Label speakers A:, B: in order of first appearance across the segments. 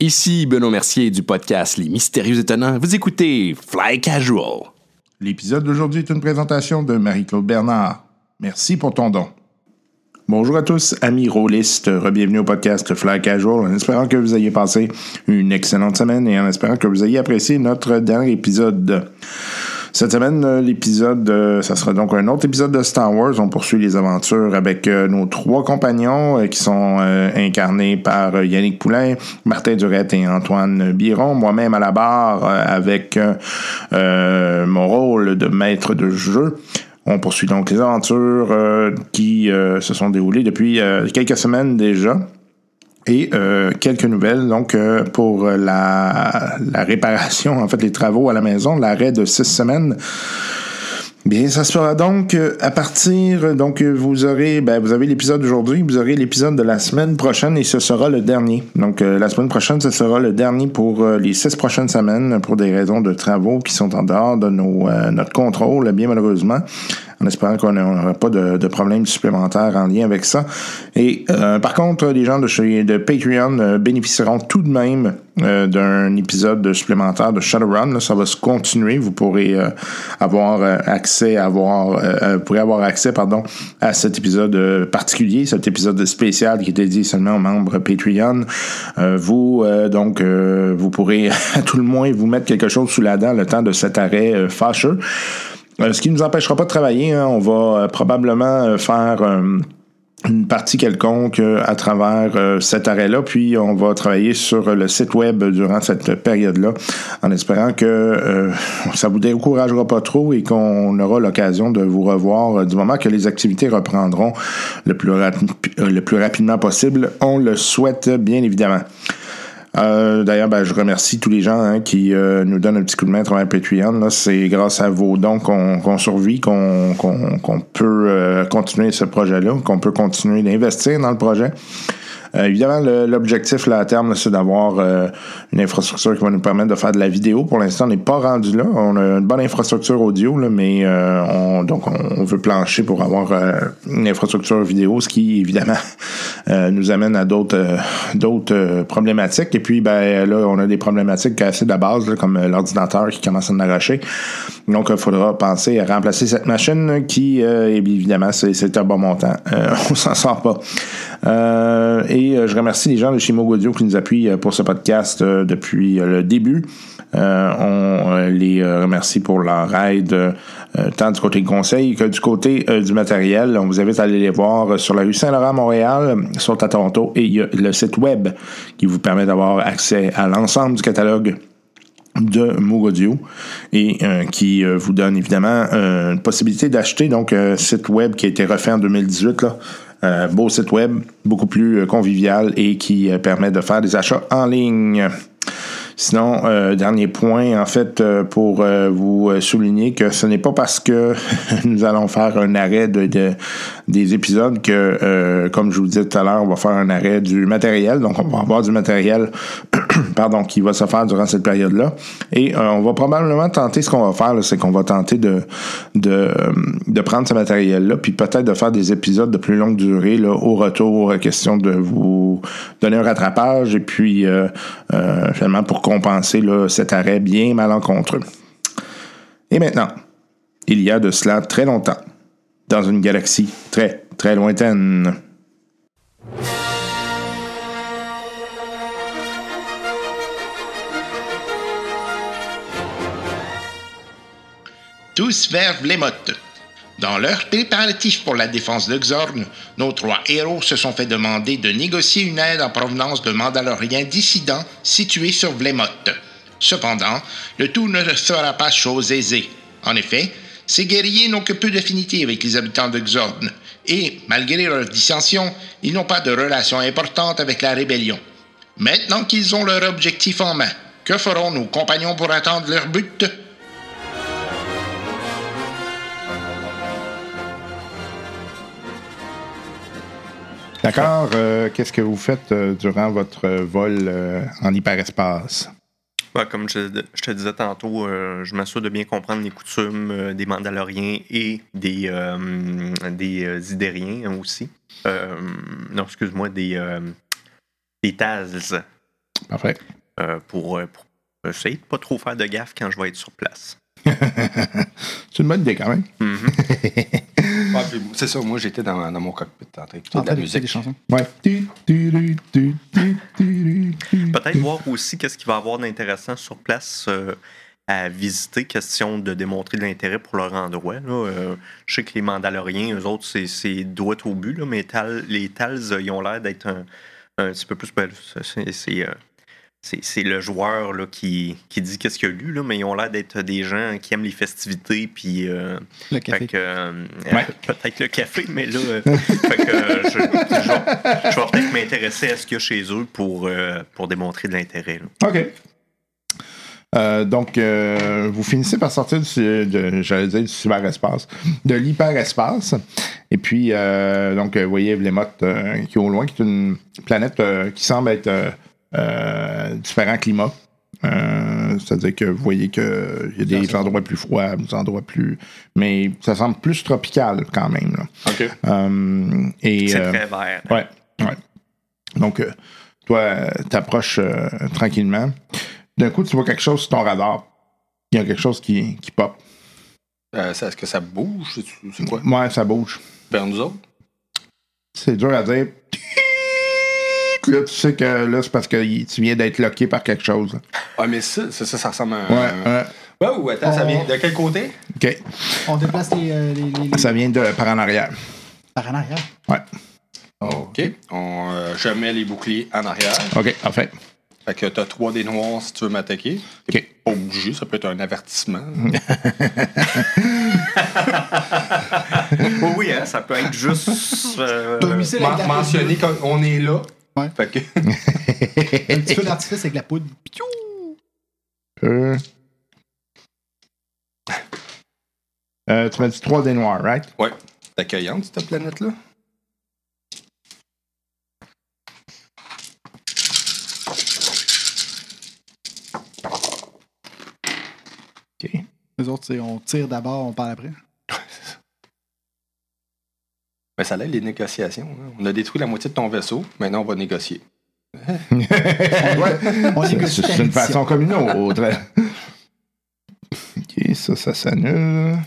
A: Ici Benoît Mercier du podcast Les Mystérieux Étonnants. Vous écoutez Fly Casual.
B: L'épisode d'aujourd'hui est une présentation de Marie-Claude Bernard. Merci pour ton don. Bonjour à tous, amis rôlistes. Bienvenue au podcast Fly Casual en espérant que vous ayez passé une excellente semaine et en espérant que vous ayez apprécié notre dernier épisode. Cette semaine, euh, l'épisode, euh, ça sera donc un autre épisode de Star Wars. On poursuit les aventures avec euh, nos trois compagnons euh, qui sont euh, incarnés par euh, Yannick Poulain, Martin Durette et Antoine Biron. Moi-même à la barre euh, avec euh, euh, mon rôle de maître de jeu. On poursuit donc les aventures euh, qui euh, se sont déroulées depuis euh, quelques semaines déjà. Et euh, quelques nouvelles donc euh, pour la, la réparation, en fait les travaux à la maison, l'arrêt de six semaines. Bien, ça sera donc euh, à partir donc euh, vous aurez ben, vous avez l'épisode d'aujourd'hui, vous aurez l'épisode de la semaine prochaine et ce sera le dernier. Donc euh, la semaine prochaine, ce sera le dernier pour euh, les six prochaines semaines pour des raisons de travaux qui sont en dehors de nos, euh, notre contrôle, bien malheureusement en espérant qu'on n'aura pas de, de problèmes supplémentaires en lien avec ça. Et euh, par contre, les gens de chez de Patreon euh, bénéficieront tout de même euh, d'un épisode supplémentaire de Shadowrun. Là, ça va se continuer. Vous pourrez euh, avoir euh, accès, avoir, euh, euh, vous pourrez avoir accès, pardon, à cet épisode euh, particulier, cet épisode spécial qui est dédié seulement aux membres Patreon. Euh, vous, euh, donc, euh, vous pourrez à tout le moins vous mettre quelque chose sous la dent le temps de cet arrêt euh, fâcheux. Euh, ce qui ne nous empêchera pas de travailler, hein. on va euh, probablement euh, faire euh, une partie quelconque euh, à travers euh, cet arrêt-là, puis on va travailler sur euh, le site web durant cette période-là, en espérant que euh, ça vous découragera pas trop et qu'on aura l'occasion de vous revoir euh, du moment que les activités reprendront le plus, rapi- euh, le plus rapidement possible. On le souhaite bien évidemment. Euh, D'ailleurs, ben, je remercie tous les gens hein, qui euh, nous donnent un petit coup de main à travers Patreon. là. C'est grâce à vos dons qu'on qu'on survit, qu'on qu'on- qu'on peut euh, continuer ce projet-là, qu'on peut continuer d'investir dans le projet. Euh, évidemment, le- l'objectif là, à terme, là, c'est d'avoir euh, une infrastructure qui va nous permettre de faire de la vidéo. Pour l'instant, on n'est pas rendu là. On a une bonne infrastructure audio, là, mais euh, on, donc on, on veut plancher pour avoir euh, une infrastructure vidéo, ce qui évidemment euh, nous amène à d'autres euh, d'autres euh, problématiques. Et puis, ben là, on a des problématiques assez de la base, là, comme euh, l'ordinateur qui commence à nous arracher. Donc, il faudra penser à remplacer cette machine qui, euh, évidemment, c'est c'est un bon montant. Euh, on s'en sort pas. Euh, et euh, je remercie les gens de chez Mogodio qui nous appuient euh, pour ce podcast euh, depuis euh, le début. Euh, on euh, les euh, remercie pour leur aide, euh, euh, tant du côté conseil que du côté euh, du matériel. On vous invite à aller les voir euh, sur la rue Saint-Laurent à Montréal, ils sont à Toronto, et il y a le site web qui vous permet d'avoir accès à l'ensemble du catalogue de Moog Audio et euh, qui euh, vous donne évidemment euh, une possibilité d'acheter donc un site web qui a été refait en 2018 là. Euh, beau site web, beaucoup plus euh, convivial et qui euh, permet de faire des achats en ligne. Sinon, euh, dernier point, en fait, euh, pour euh, vous euh, souligner que ce n'est pas parce que nous allons faire un arrêt de, de- des épisodes que, euh, comme je vous disais tout à l'heure, on va faire un arrêt du matériel. Donc, on va avoir du matériel pardon, qui va se faire durant cette période-là. Et euh, on va probablement tenter ce qu'on va faire, là, c'est qu'on va tenter de, de, euh, de prendre ce matériel-là, puis peut-être de faire des épisodes de plus longue durée là, au retour, euh, question de vous donner un rattrapage et puis euh, euh, finalement pour compenser là, cet arrêt bien malencontreux. Et maintenant, il y a de cela très longtemps, dans une galaxie très, très lointaine.
C: tous vers Vlémoth. Dans leurs préparatifs pour la défense de Xorn, nos trois héros se sont fait demander de négocier une aide en provenance de Mandaloriens dissidents situés sur Vlémoth. Cependant, le tout ne sera pas chose aisée. En effet, ces guerriers n'ont que peu d'affinité avec les habitants de Xorn, et, malgré leurs dissensions, ils n'ont pas de relation importante avec la rébellion. Maintenant qu'ils ont leur objectif en main, que feront nos compagnons pour atteindre leur but
B: D'accord, euh, qu'est-ce que vous faites euh, durant votre euh, vol euh, en hyperespace?
D: Ouais, comme je, je te disais tantôt, euh, je m'assure de bien comprendre les coutumes euh, des Mandaloriens et des, euh, des euh, Idériens aussi. Euh, non, excuse-moi, des, euh, des Taz.
B: Parfait.
D: euh, pour, euh, pour essayer de pas trop faire de gaffe quand je vais être sur place.
B: C'est une bonne idée quand même.
D: Ah,
E: Ouais, puis c'est ça, moi j'étais dans, dans mon cockpit en train d'écouter
F: En
E: de la
F: train d'écouter des
E: musique.
F: chansons.
B: Ouais. Tu, tu, tu, tu, tu, tu, tu.
D: Peut-être voir aussi qu'est-ce qu'il va y avoir d'intéressant sur place euh, à visiter, question de démontrer de l'intérêt pour leur endroit. là. Euh, je sais que les Mandaloriens, eux autres, c'est- c'est droit au but, là, mais Tal- les Tals, euh, ils ont l'air d'être un, un petit peu plus. ben, ça, c'est- c'est, euh, c'est c'est le joueur là, qui, qui dit qu'est-ce qu'il a lu, là, mais ils ont l'air d'être des gens qui aiment les festivités, puis. euh,
F: Le
D: Fait
F: café.
D: que, euh,
B: Ouais.
D: euh, peut-être le café, mais là, euh, fait que, euh, je, je vais- je vais peut-être m'intéresser à ce qu'il y a chez eux pour, euh, pour démontrer de l'intérêt. là.
B: OK. Euh, donc, euh, vous finissez par sortir du, de, j'allais dire du cyberespace, de l'hyperespace. Et puis, euh, donc, euh, vous voyez Vlemoth euh, qui est au loin, qui est une planète euh, qui semble être euh, euh, différents climats. Euh, C'est-à-dire que vous voyez qu'il y a des endroits plus froids, des endroits plus. Mais ça semble plus tropical quand même. là.
E: OK.
B: Euh, et,
D: C'est
B: euh,
D: très vert.
B: Ouais, ouais. Donc, euh, toi, euh, t'approches euh, tranquillement. D'un coup, tu vois quelque chose sur ton radar. Il y a quelque chose qui, qui pop.
E: Euh, ça- Est-ce que ça bouge? C'est- C'est quoi?
B: Ouais, ça bouge.
E: Vers nous autres?
B: C'est dur à dire. Là, tu sais que là, c'est parce que y- tu viens d'être loqué par quelque chose. là.
E: Ah, mais ça, ça, ça, ça ressemble à.
B: Ouais,
E: un-
B: ouais.
E: Ouais, ou attends, ça vient de quel côté?
B: OK.
F: On déplace les, euh, les, les- les-
B: Ça vient de par en arrière.
F: par en arrière.
B: Ouais. Oh.
E: OK. On, euh, je mets les boucliers en arrière.
B: OK, parfait.
E: Fait que t'as trois des noirs si tu veux m'attaquer. T'es
B: OK.
E: Pas obligé, ça peut être un avertissement.
D: Oui, oui, hein, ça peut être juste. euh,
F: T'as mis ça avec
E: Men-
F: la
E: mentionner qu'on est là.
F: Ouais.
E: Fait que.
F: Un petit feu d'artifice avec la poudre. Piou!
B: Euh. Euh, tu m'as dit 3 des noirs, right?
E: Ouais. T'es accueillante, cette planète-là.
B: OK.
F: Les autres, c'est on tire d'abord, on parle après.
E: Mais ça l'aide les négociations. hein. On a détruit la moitié de ton vaisseau. Maintenant, on va négocier.
B: Ouais.
F: On
B: C'est-
F: négocie
B: C'est
F: la
B: une
F: mission.
B: façon comme une autre. ok, ça, ça s'annule.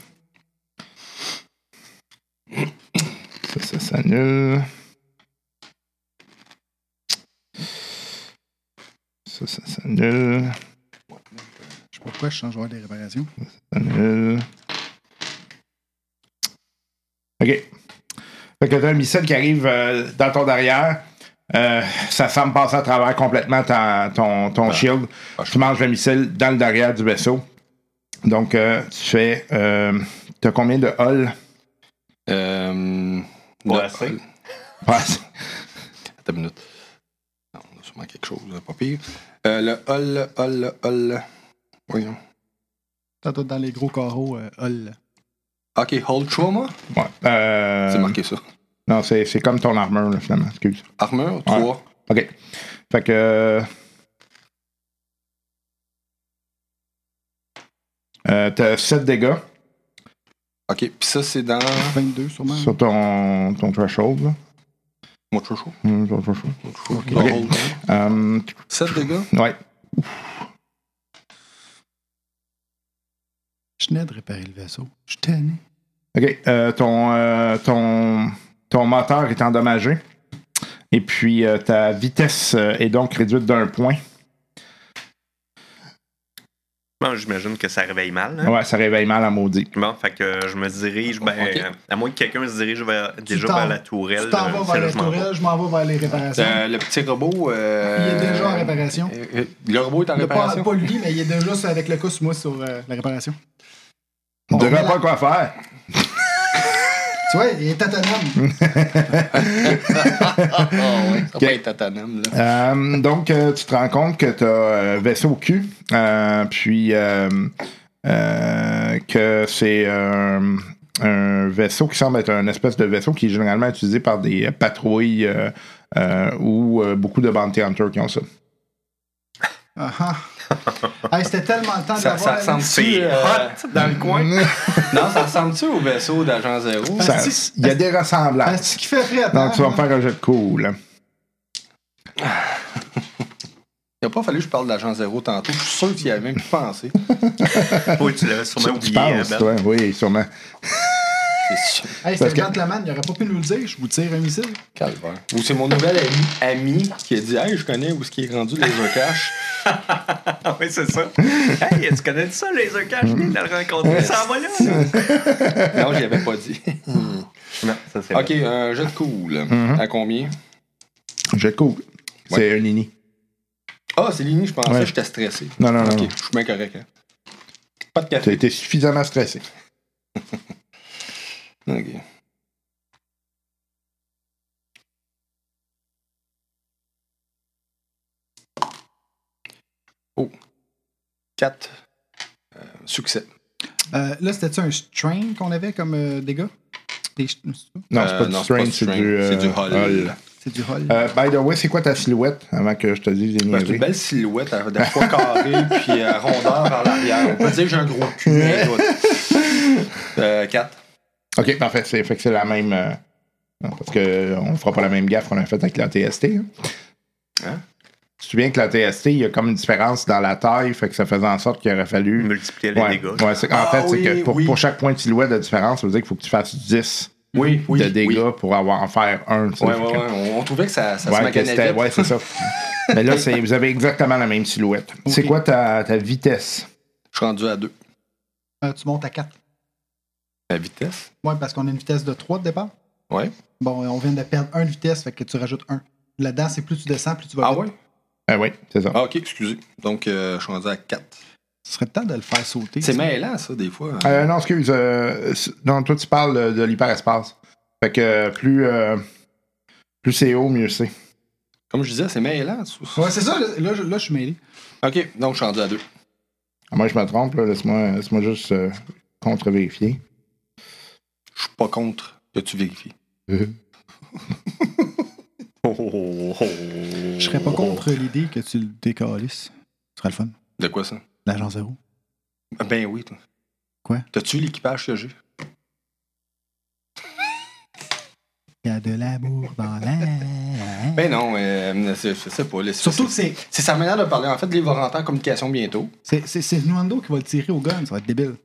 B: Ça, ça s'annule. Ça, ça s'annule.
F: Je sais pas pourquoi je change d'horaire des réparations.
B: S'annule. Ok. Fait que t'as un missile qui arrive euh, dans ton derrière. Euh, ça semble passer à travers complètement ta- ton, ton shield. Tu manges le missile dans le derrière du vaisseau. Donc, euh, tu fais. Euh, T'as combien de halls?
E: Euh,
D: Pas
E: non.
D: assez.
B: Pas assez.
E: Attends une minute. Non, on a sûrement quelque chose, hein, pas pire. Euh, le hall, le hall, le hall. Voyons.
F: T'as tout dans les gros carreaux, euh, hall.
E: Ok, hall trauma.
B: Ouais. Euh,
E: C'est marqué ça.
B: Non, c'est c'est comme ton armure, là, finalement. Excuse.
E: Armure, 3.
B: OK. Fait que. euh, euh, T'as 7 dégâts
E: Ok, puis ça, c'est dans.
F: 22 sûrement.
B: sur ton, ton threshold. là.
E: Mon chouchou.
B: Hum, ton threshold.
E: Mon chouchou.
B: Ok.
E: Le hall.
B: Hum,
E: 7 dégâts.
B: ouais.
F: Je venais de réparer le vaisseau. Je suis tanné.
B: OK. euh, ton, euh, ton, ton moteur est endommagé. Et puis, euh, ta vitesse euh, est donc réduite d'un point.
D: bon, J'imagine que ça réveille mal. hein.
B: Ouais, ça réveille mal à maudit.
D: Bon, fait que euh, je me dirige, ben,
E: Ok.
D: euh, à moins que quelqu'un se dirige vers- déjà
F: t'en-
D: vers la
F: Tu
D: tourelle.
F: t'en
D: euh,
F: vas
D: c'est
F: vers
D: là
F: la
D: que je m'en vais.
F: tourelle, je m'en vais vers les réparations.
E: Euh, le petit robot. euh,
F: Il est déjà en réparation.
E: euh, euh, Le robot est en
F: Le pas,
E: réparation.
F: pas lui, mais il est déjà sur- avec le cos, moi, sur euh, la réparation.
B: Tu
F: On
B: ne
F: remet la-
B: pas quoi faire.
F: Tu vois, il est
B: Mm.
F: autonome.
E: Ah ouais, ça
B: Ok.
E: va être tatanum, là.
B: Euh, donc, euh, tu te rends compte que tu as vaisseau au cul, euh, puis euh, euh, que c'est euh, un vaisseau qui semble être un espèce de vaisseau qui est généralement utilisé par des euh, patrouilles euh, euh, ou euh, beaucoup de bounty hunters qui ont ça.
F: Ah, ah. Hey, C'était tellement le temps de
E: Ça, ça
F: l'avoir. là.
E: ressemble-tu euh,
D: hot dans le coin.
E: non, ça ressemble-tu au vaisseau d'Agent Zéro?
B: Ça-
F: c'est-
B: Il y a des
F: Ah,
B: ressemblances.
F: C'est qui fait prêt à hein?
B: Donc, tu vas me faire un jeu de cool.
E: Il a pas fallu que je parle de l'agent zéro tantôt. Je suis sûr qu'il y avait même pensé.
D: Oui, tu l'avais
B: Ça,
D: sûrement
B: tu
D: oublié, hein,
E: euh,
B: penses,
D: Ben.
B: toi. Oui, sûrement.
E: C'est sûr.
F: Hey, c'était
B: Parce
F: le
B: que-
F: gentleman, il aurait pas pu nous le dire, je vous tire un missile.
E: Calvaire. Ou c'est mon nouvel ami, ami qui a dit Hey, je connais où ce qui est rendu les œufs cash.
D: Ah oui, c'est ça. hey, est-ce que tu connais ça, les ocages? Je viens de le rencontrer, ça va là.
E: non, je l'avais pas dit.
D: Non, ça c'est
E: ok, un jeu de cool.
B: Mm-hmm.
E: À combien
B: Je coupe. C'est un nini.
E: Ah, c'est Lini, je pensais
B: Ouais.
E: que j'étais stressé.
B: Non, non, non.
E: ok,
B: non.
E: je suis bien correct. hein. Pas de
B: T'as
E: café.
B: été suffisamment stressé.
E: Ok. Oh. 4. succès.
F: Euh, là, c'était-tu un strain qu'on avait comme euh, dégâts? Des ch-
B: Non, Ah, c'est
E: Euh,
B: pas du
E: non,
B: strain,
E: du
B: c'est
E: strain,
B: du.
E: c'est
B: euh,
E: du hall.
F: C'est du hall.
B: Euh, by the way, c'est quoi ta silhouette avant que je te dise des
E: Ben, c'est une
B: niaiseries?
E: belle silhouette, elle a des poids carrés, puis euh, rondeur vers l'arrière. On peut dire que j'ai un gros cul. mais écoute. Euh, 4.
B: Ok, parfait. C'est fait que c'est la même. euh, non, parce qu'on ne fera pas la même gaffe qu'on a faite avec la TST. hein.
E: Hein?
B: Tu te souviens que la TST, il y a comme une différence dans la taille, fait que ça faisait en sorte qu'il aurait fallu.
D: Multiplier les
B: Ouais,
D: dégâts.
B: ouais, c'est- en
E: Ah,
B: fait, c'est
E: oui,
B: que pour,
E: oui.
B: pour chaque point de silhouette de différence, ça veut dire qu'il faut que tu fasses 10
E: Oui, oui.
B: de dégâts
E: Oui.
B: pour avoir, en faire un. tu sais,
E: Ouais,
B: fait
E: ouais,
B: que-
E: ouais. On, on trouvait que ça, ça se
B: Ouais, que
E: maganait
B: c'était-
E: vite.
B: ouais, c'est ça. Mais là, c'est- vous avez exactement la même silhouette. C'est
F: Ok.
B: quoi ta, ta vitesse?
E: Je suis rendu à 2.
F: Euh, tu montes à 4.
E: La vitesse?
F: Oui, parce qu'on a une vitesse de 3 de départ.
E: Ouais.
F: Bon, on vient de perdre une vitesse, fait que tu rajoutes 1. Là-dedans, c'est plus tu descends, plus tu vas
E: Ah
F: vite.
E: ouais?
B: Ah oui, c'est ça.
E: Ah, ok, excusez. Donc, euh, je suis rendu à 4.
F: Ce serait le temps de le faire sauter.
E: C'est
F: ça.
E: mêlant, ça, des fois. hein.
B: Euh, non, excuse. euh, c- non, toi, tu parles de, de l'hyperespace. Fait que euh, plus, euh, plus c'est haut, mieux c'est.
E: Comme je disais, c'est mêlant. ça.
F: Ouais, c'est ça. Là, là, je- là, je suis mêlé.
E: Ok, donc je suis rendu à 2.
B: Ah, Moi, je me trompe. là. Laisse-moi laisse-moi juste euh, contre-vérifier.
E: Je suis pas contre que tu vérifies.
D: Oh,
F: Je serais pas contre l'idée que tu le décalisses. Ce serait le fun.
E: De quoi ça?
F: L'agent zéro.
E: Ben oui, toi.
F: Quoi?
E: T'as-tu vu l'équipage que j'ai?
F: Il y a de l'amour dans l'air.
E: Ben non, euh, c'est- je sais pas. là, c'est-
F: Surtout que
E: c'est-
F: c'est,
E: C'est sa manière de parler. En fait, les va rentrer en communication bientôt.
F: c'est, c'est, c'est Nuando qui va le tirer au gun. Ça va être débile.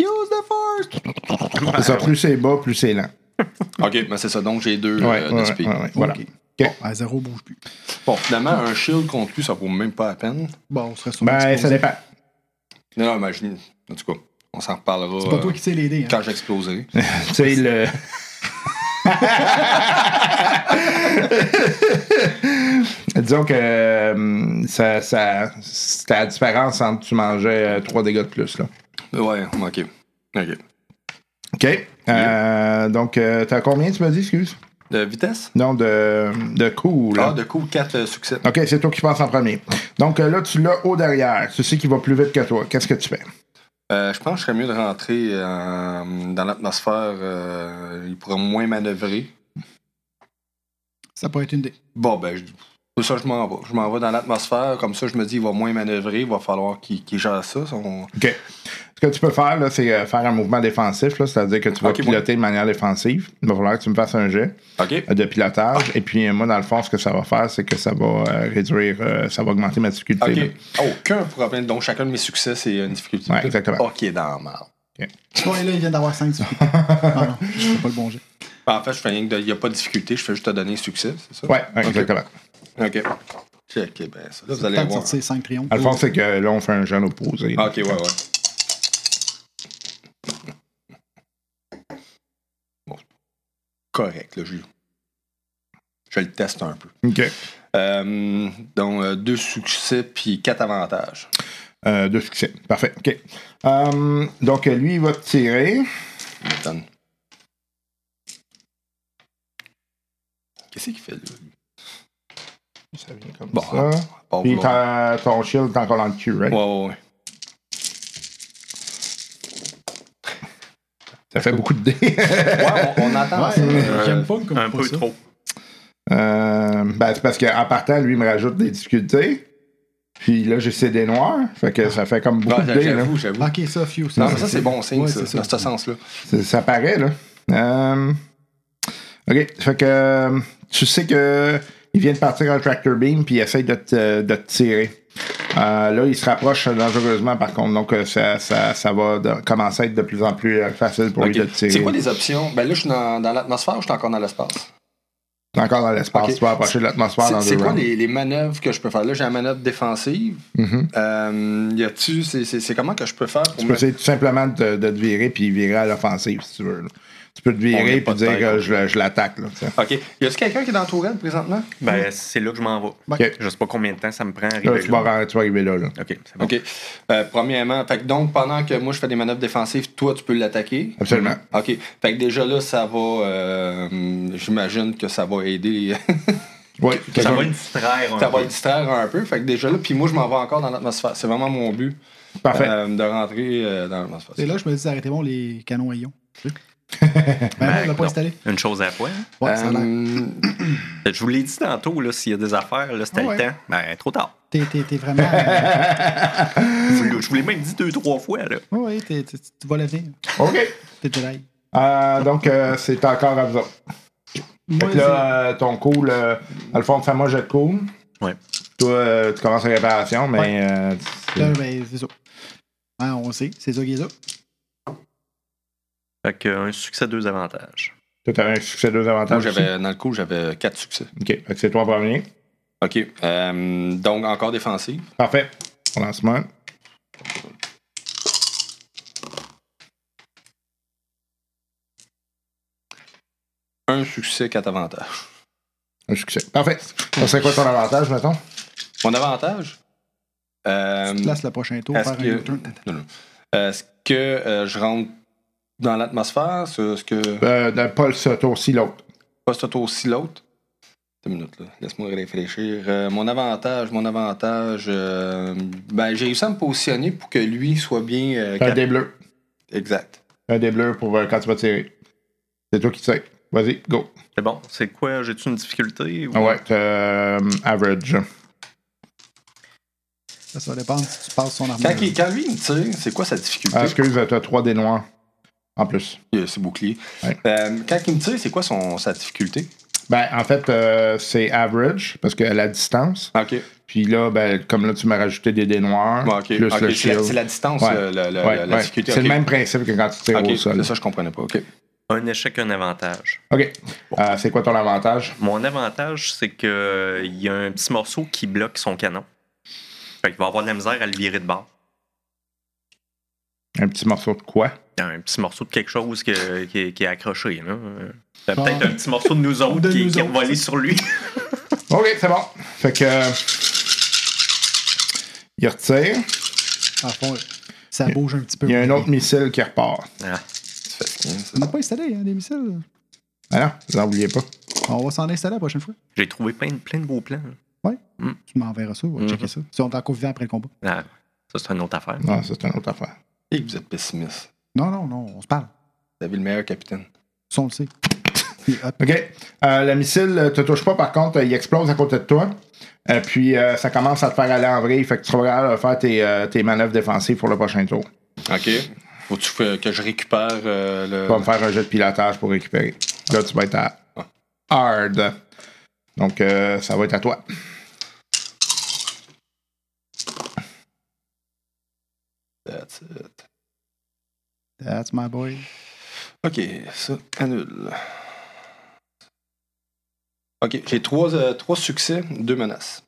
F: Use the force!
B: C'est ça, plus c'est bas, plus c'est lent.
E: OK, ben c'est ça. Donc, j'ai deux
B: Ouais,
E: euh,
B: ouais,
E: de speed.
B: ouais, ouais, voilà.
F: Ok. Bon, à zéro bouge plus.
E: Bon, finalement, un shield contre lui, ça vaut même pas la peine.
F: Bon, on serait sur
B: Ben, ça dépend.
E: Non, non, imagine. En tout cas, on s'en reparlera
F: C'est pas toi
E: euh,
F: qui sais l'aider. Hein.
E: quand j'exploserai.
B: Tu sais, le. Disons que euh, ça, ça, c'était la différence entre tu mangeais 3 dégâts de plus. Là.
E: ouais, OK. OK.
B: OK. Euh, donc, euh, t'as combien, tu m'as dit, excuse?
E: De vitesse?
B: Non, de, de cool.
E: Ah, de coup, 4 succès.
B: OK, c'est toi qui passes en premier. Donc euh, là, tu l'as au derrière. Tu sais qu'il va plus vite que toi. Qu'est-ce que tu fais?
E: Euh, je pense que je serais mieux de rentrer euh, dans l'atmosphère. euh, il pourra moins manœuvrer.
F: Ça pourrait être une idée.
E: Bon, ben, je, pour ça, je m'en vais. Je m'en vais dans l'atmosphère. Comme ça, je me dis, il va moins manœuvrer. Il va falloir qu'il qu'il gère ça. son-
B: OK. Ce que tu peux faire, là, c'est euh, faire un mouvement défensif. là, C'est-à-dire que tu vas
E: Ok,
B: piloter de manière défensive. Il va falloir que tu me fasses un jet.
E: OK.
B: de pilotage. Et puis, euh, moi, dans le fond, ce que ça va faire, c'est que ça va euh, réduire, euh, ça va augmenter ma difficulté. là.
E: OK. Oh, Aucun problème. Donc, chacun de mes succès, c'est une difficulté.
B: Ouais, exactement.
E: OK, dans la merde.
F: Bon, et là, il vient d'avoir 5 difficultés. non, non, je fais pas le bon jet.
E: Ben, En fait, je fais rien que de- Il n'y a pas de difficulté. Je fais juste te donner succès, c'est ça?
B: Ouais, ouais,
E: Ok.
B: exactement.
E: OK. OK, ben, ça, là, vous
F: Vous allez
E: allez
F: de
E: voir.
F: sortir 5 triomphes.
B: Dans le fond, c'est que là, on fait un jeune opposé.
E: OK, ouais, ouais. Bon. Correct, là, je, je le teste un peu.
B: OK.
E: Euh, donc, euh, deux succès puis quatre avantages.
B: Euh, deux succès. Parfait. OK. Euh, donc, euh, lui, il va te tirer.
E: Attends. Qu'est-ce qu'il fait là? lui?
B: Ça vient comme
E: Bon,
B: ça.
E: Bon,
B: Puis,
E: bon.
B: t'as- ton shield est encore dans le cul, right?
E: Ouais, ouais, ouais.
B: Ça fait beaucoup de dés.
E: Ouais, on, on attend.
F: Ouais,
E: ça.
F: euh, j'aime pas comme
D: Un
F: pas
D: peu
F: ça.
D: trop.
B: Euh, ben, c'est parce qu'en partant, lui, il me rajoute des difficultés. Puis là, j'ai ces dés noirs. Fait que ça fait comme beaucoup
E: Ouais,
B: de hein. dés, là.
E: j'avoue, j'avoue.
F: Ok, ça, Few.
E: Non, mais ça, c'est bon signe,
F: Ouais,
E: ça,
F: c'est ça.
E: dans ce sens-là.
B: Ça, ça paraît, là. Euh, OK. Fait que euh, tu sais que il vient de partir un tractor beam puis il essaye de te, de te tirer. Euh, là, il se rapproche dangereusement, par contre. Donc, euh, ça, ça- ça va de- commencer à être de plus en plus euh, facile pour
E: Ok.
B: lui de tirer.
E: C'est quoi les options? Ben là, je suis dans, dans l'atmosphère ou je suis encore dans l'espace?
B: T'es encore dans l'espace.
E: Ok.
B: Tu vas approcher de l'atmosphère dans
E: C'est- C'est
B: deux
E: quoi
B: rounds.
E: les, les manœuvres que je peux faire? Là, j'ai la manœuvre défensive.
B: Mhm.
E: Euh, y a-tu, c'est- c'est c'est comment que je peux faire pour
B: Tu
E: me
B: peux essayer tout simplement de, de te virer puis virer à l'offensive, si tu veux. là. Tu peux te
E: On
B: virer
E: est
B: puis
E: pas
B: dire
E: dedans,
B: que je, je l'attaque. là, tu sais.
E: OK. Y a-tu quelqu'un qui est dans la tourelle présentement?
D: Ben, c'est là que je m'en vais.
B: Ok.
D: Je sais pas combien de temps ça me prend à
B: Là,
D: arriver
B: tu, vas,
D: là.
B: ra- tu vas arriver là. là.
D: OK, c'est bon.
E: OK. Euh, premièrement, fait que donc pendant que moi je fais des manœuvres défensives, toi tu peux l'attaquer.
B: Absolument.
E: OK. Fait que déjà là, ça va. euh, hum, J'imagine que ça va aider.
B: Oui,
D: Ça
B: quelqu'un-
D: va me distraire un
E: ça va
D: peu.
E: le distraire un peu. Fait que déjà là, puis moi je m'en vais encore dans l'atmosphère. C'est vraiment mon but
B: Parfait.
E: euh, de rentrer euh, dans l'atmosphère.
F: C'est là que je me dis, arrêtez bon les canons à ions.
E: Hein?
F: ben,
D: Ben,
F: on l'a pas
D: non.
F: installé.
D: Une chose à la fois. hein.
F: Ouais, ça a l'air.
E: Hum,
D: Je vous l'ai dit tantôt, là, s'il y a des affaires, là, c'était
F: Ah ouais.
D: le temps. Ben, trop tard.
F: T'es- T'es t'es vraiment. euh,
D: Je vous l'ai- je vous l'ai même dit deux, trois fois, là.
F: ouais, ouais, t'es- t'es- tu vois l'avenir.
B: OK.
F: T'es Jedi.
B: Euh, donc, euh, c'est encore à vous autres. Fait
F: Moi,
B: que là, euh, ton cool, euh, Alphonse, fais-moi jet de cool.
D: Ouais.
B: Toi, euh, tu commences la réparation, mais.
F: Ouais.
B: euh,
F: c'est-
B: tu-
F: là, ben, c'est ça. Hein, on sait, c'est ça qui est ça.
D: Fait que, euh, un succès, deux avantages.
B: Toi, t'avais un succès, deux
E: moi,
B: avantages.
E: j'avais dans le coup, j'avais quatre succès.
B: aussi. OK. Fait que c'est toi en premier.
E: OK. Euh, donc encore défensive.
B: Parfait. On lance main.
E: Un succès, quatre avantages.
B: Un succès. Parfait. Ça serait quoi ton avantage, mettons?
E: Mon avantage? Euh,
F: Tu te places le prochain tour,
E: Est-ce
F: faire
E: que-
F: un U-turn.
E: Non, non. Est-ce que euh, je rentre dans l'atmosphère? C'est- Est-ce que.
B: Euh, de- pas ce tour-ci, l'autre.
E: Pas ce tour-ci l'autre? Deux minutes, là. Laisse-moi réfléchir. Euh, mon avantage, mon avantage. euh, ben, j'ai réussi à me positionner pour que lui soit bien. euh,
B: Un
E: cap-
B: des bleus.
E: Exact.
B: Un des bleus pour euh, quand tu vas tirer. C'est toi qui sais. Vas-y, go.
D: C'est bon. C'est quoi? J'ai-tu une difficulté? ou-
B: Ah ouais, t'as, euh, average.
F: Ça, ça dépend si tu passes son armure.
E: Quand, il- quand lui il me tire, c'est quoi sa difficulté?
B: Ah, excuse, t'as trois dés noirs en plus.
E: Il a ses boucliers.
B: Ouais.
E: Euh, quand il me tire, c'est quoi son, sa difficulté?
B: Ben, en fait, euh, c'est average parce que la distance.
E: Ok.
B: Puis là, ben, comme là, tu m'as rajouté des dés noirs.
E: Bon, ok.
B: Plus le
E: Ok, c'est la-
B: shield.
E: c'est la distance,
B: Ouais.
E: euh, la, la-
B: Ouais,
E: la- la
B: ouais.
E: difficulté.
B: C'est le
E: Ok.
B: même principe que quand tu tires
E: Ok,
B: au sol.
E: c'est ça, je comprenais pas. Ok.
D: Un échec, un avantage.
B: OK. Euh, c'est quoi ton avantage?
D: Mon avantage, c'est que euh, il y a un petit morceau qui bloque son canon. Fait qu'il va avoir de la misère à le virer de bord.
B: Un petit morceau de quoi?
D: Un petit morceau de quelque chose que- qui, est- qui est accroché. là. Euh,
F: Bon.
D: Peut-être un petit morceau de nous autres
F: Ou Ah. de
D: qui,
F: nous
D: qui est
F: autres.
D: volé sur lui.
B: OK, c'est bon. Fait que. euh, Il retire.
F: À fond, ça bouge un petit peu.
B: Il y a un autre missile qui repart.
D: Ah,
F: On n'a pas installé hein, des missiles.
B: Ah non, vous n'en oubliez pas.
F: On va s'en installer la prochaine fois.
D: J'ai trouvé plein, de- plein de beaux plans.
F: Tu m'enverras ça, on va
D: Mhm.
F: checker ça. Si on est encore vivant après le combat.
D: Ah, ça, c'est une autre affaire.
B: Non, ça, c'est une autre affaire.
E: Et vous êtes pessimiste.
F: Non, non, non, on se parle.
E: Vous avez le meilleur capitaine.
F: Ça, on le sait. Puis, hop,
B: OK. Euh, le missile euh, te touche pas, par contre, euh, il explose à côté de toi. Euh, puis euh, ça commence à te faire aller en vrille. Fait que tu vas capable de faire tes, euh, tes manœuvres défensives pour le prochain tour.
E: OK. Faut-tu que, que je récupère euh, le.
B: Tu vas me faire un jeu de pilotage pour récupérer. Là, tu vas être à hard. Donc, euh, ça va être à toi.
E: That's it.
F: that's my boy.
E: OK, ça annule. OK, j'ai trois, euh, trois succès, deux menaces.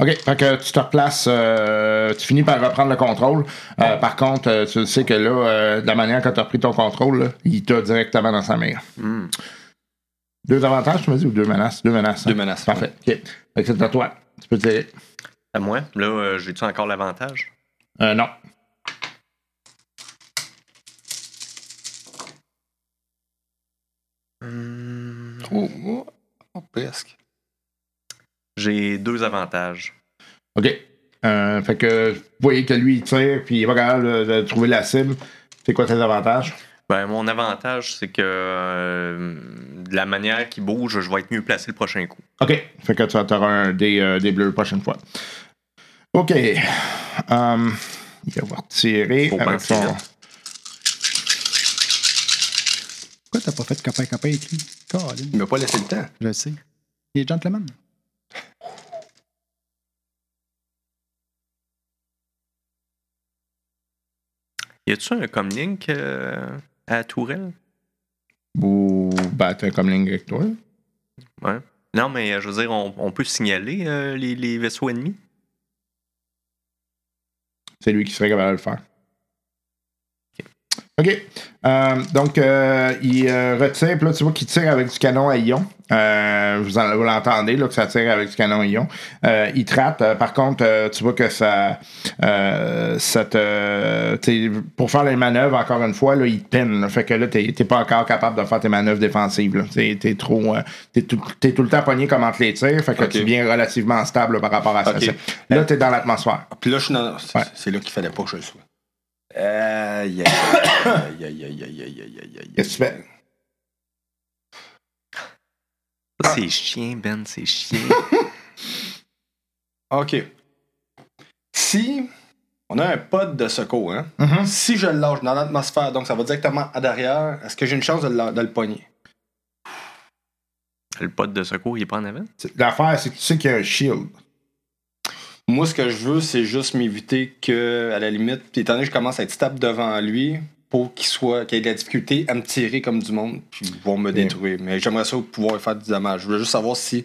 B: OK, fait que tu te replaces, euh, tu finis par reprendre le contrôle. Euh, par contre, euh, tu sais que là, euh, de la manière que tu as repris ton contrôle, là, il t'a directement dans sa mire.
D: Hmm.
B: Deux avantages, tu m'as dit, ou deux menaces? Deux menaces. hein?
E: Deux menaces.
B: Parfait. OK. Fait que c'est à toi. Tu peux tirer.
D: À moi, là, euh, j'ai-tu encore l'avantage?
B: Euh, non.
E: Oh, oh, oh, presque.
D: J'ai deux avantages.
B: OK. Euh, fait que vous voyez que lui, il tire, puis il va capable de, de trouver la cible. C'est quoi tes avantages?
D: Ben, mon avantage, c'est que euh, de la manière qu'il bouge, je vais être mieux placé le prochain coup.
B: OK. Fait que tu auras un des, euh, des bleus la prochaine fois. OK. Hum, il va retirer
D: Faut
B: avec
D: penser
B: son...
D: vite.
F: Pourquoi t'as pas fait copain-copain avec lui? Colin,
E: Il m'a pas laissé le temps.
F: je le sais. Il est gentleman.
D: Y a-tu un comlink euh, à Tourelle?
B: Ou battre comme ligne avec toi.
D: Non, mais euh, je veux dire, on, on peut signaler euh, les, les vaisseaux ennemis?
B: C'est lui qui serait capable de le faire. OK. Euh, donc, euh, il euh, retire, puis là, tu vois qu'il tire avec du canon à ion. Euh, vous en- vous l'entendez, là, que ça tire avec du canon à ion. Euh, il te rate. Euh, par contre, euh, tu vois que ça. euh, ça te. tu sais, pour faire les manœuvres, encore une fois, là, il te peine. là. fait que là, t'es t'es pas encore capable de faire tes manœuvres défensives. là. T'es t'es trop. euh, t'es tout, t'es tout le temps pogné comme entre les tirs. Fait que
E: OK.
B: tu viens relativement stable par rapport à ça.
E: OK.
B: Là, t'es dans l'atmosphère.
E: Ah, Puis là, je suis dans. C'est
B: Ouais.
E: c'est là qu'il fallait pas que je le sois. Aïe, aïe, aïe, aïe, aïe, aïe, aïe, aïe, aïe, aïe, aïe.
B: Qu'est-ce que tu fais?
D: Ça, C'est chien, Ben, c'est chien.
E: OK. Si on a un pod de secours, hein?
B: Mm-hmm.
E: si je le lâche dans l'atmosphère, donc ça va directement à derrière, est-ce que j'ai une chance de le, de le pogner?
D: le pote de secours, il est pas en avant?
B: C'est- L'affaire, c'est que tu sais qu'il y a un shield.
E: Moi, ce que je veux, c'est juste m'éviter que, à la limite, puis étant donné que je commence à être stable devant lui, pour qu'il soit, qu'il ait de la difficulté à me tirer comme du monde, puis ils vont me détruire. Mais j'aimerais ça pouvoir faire du dommage. Je veux juste savoir si,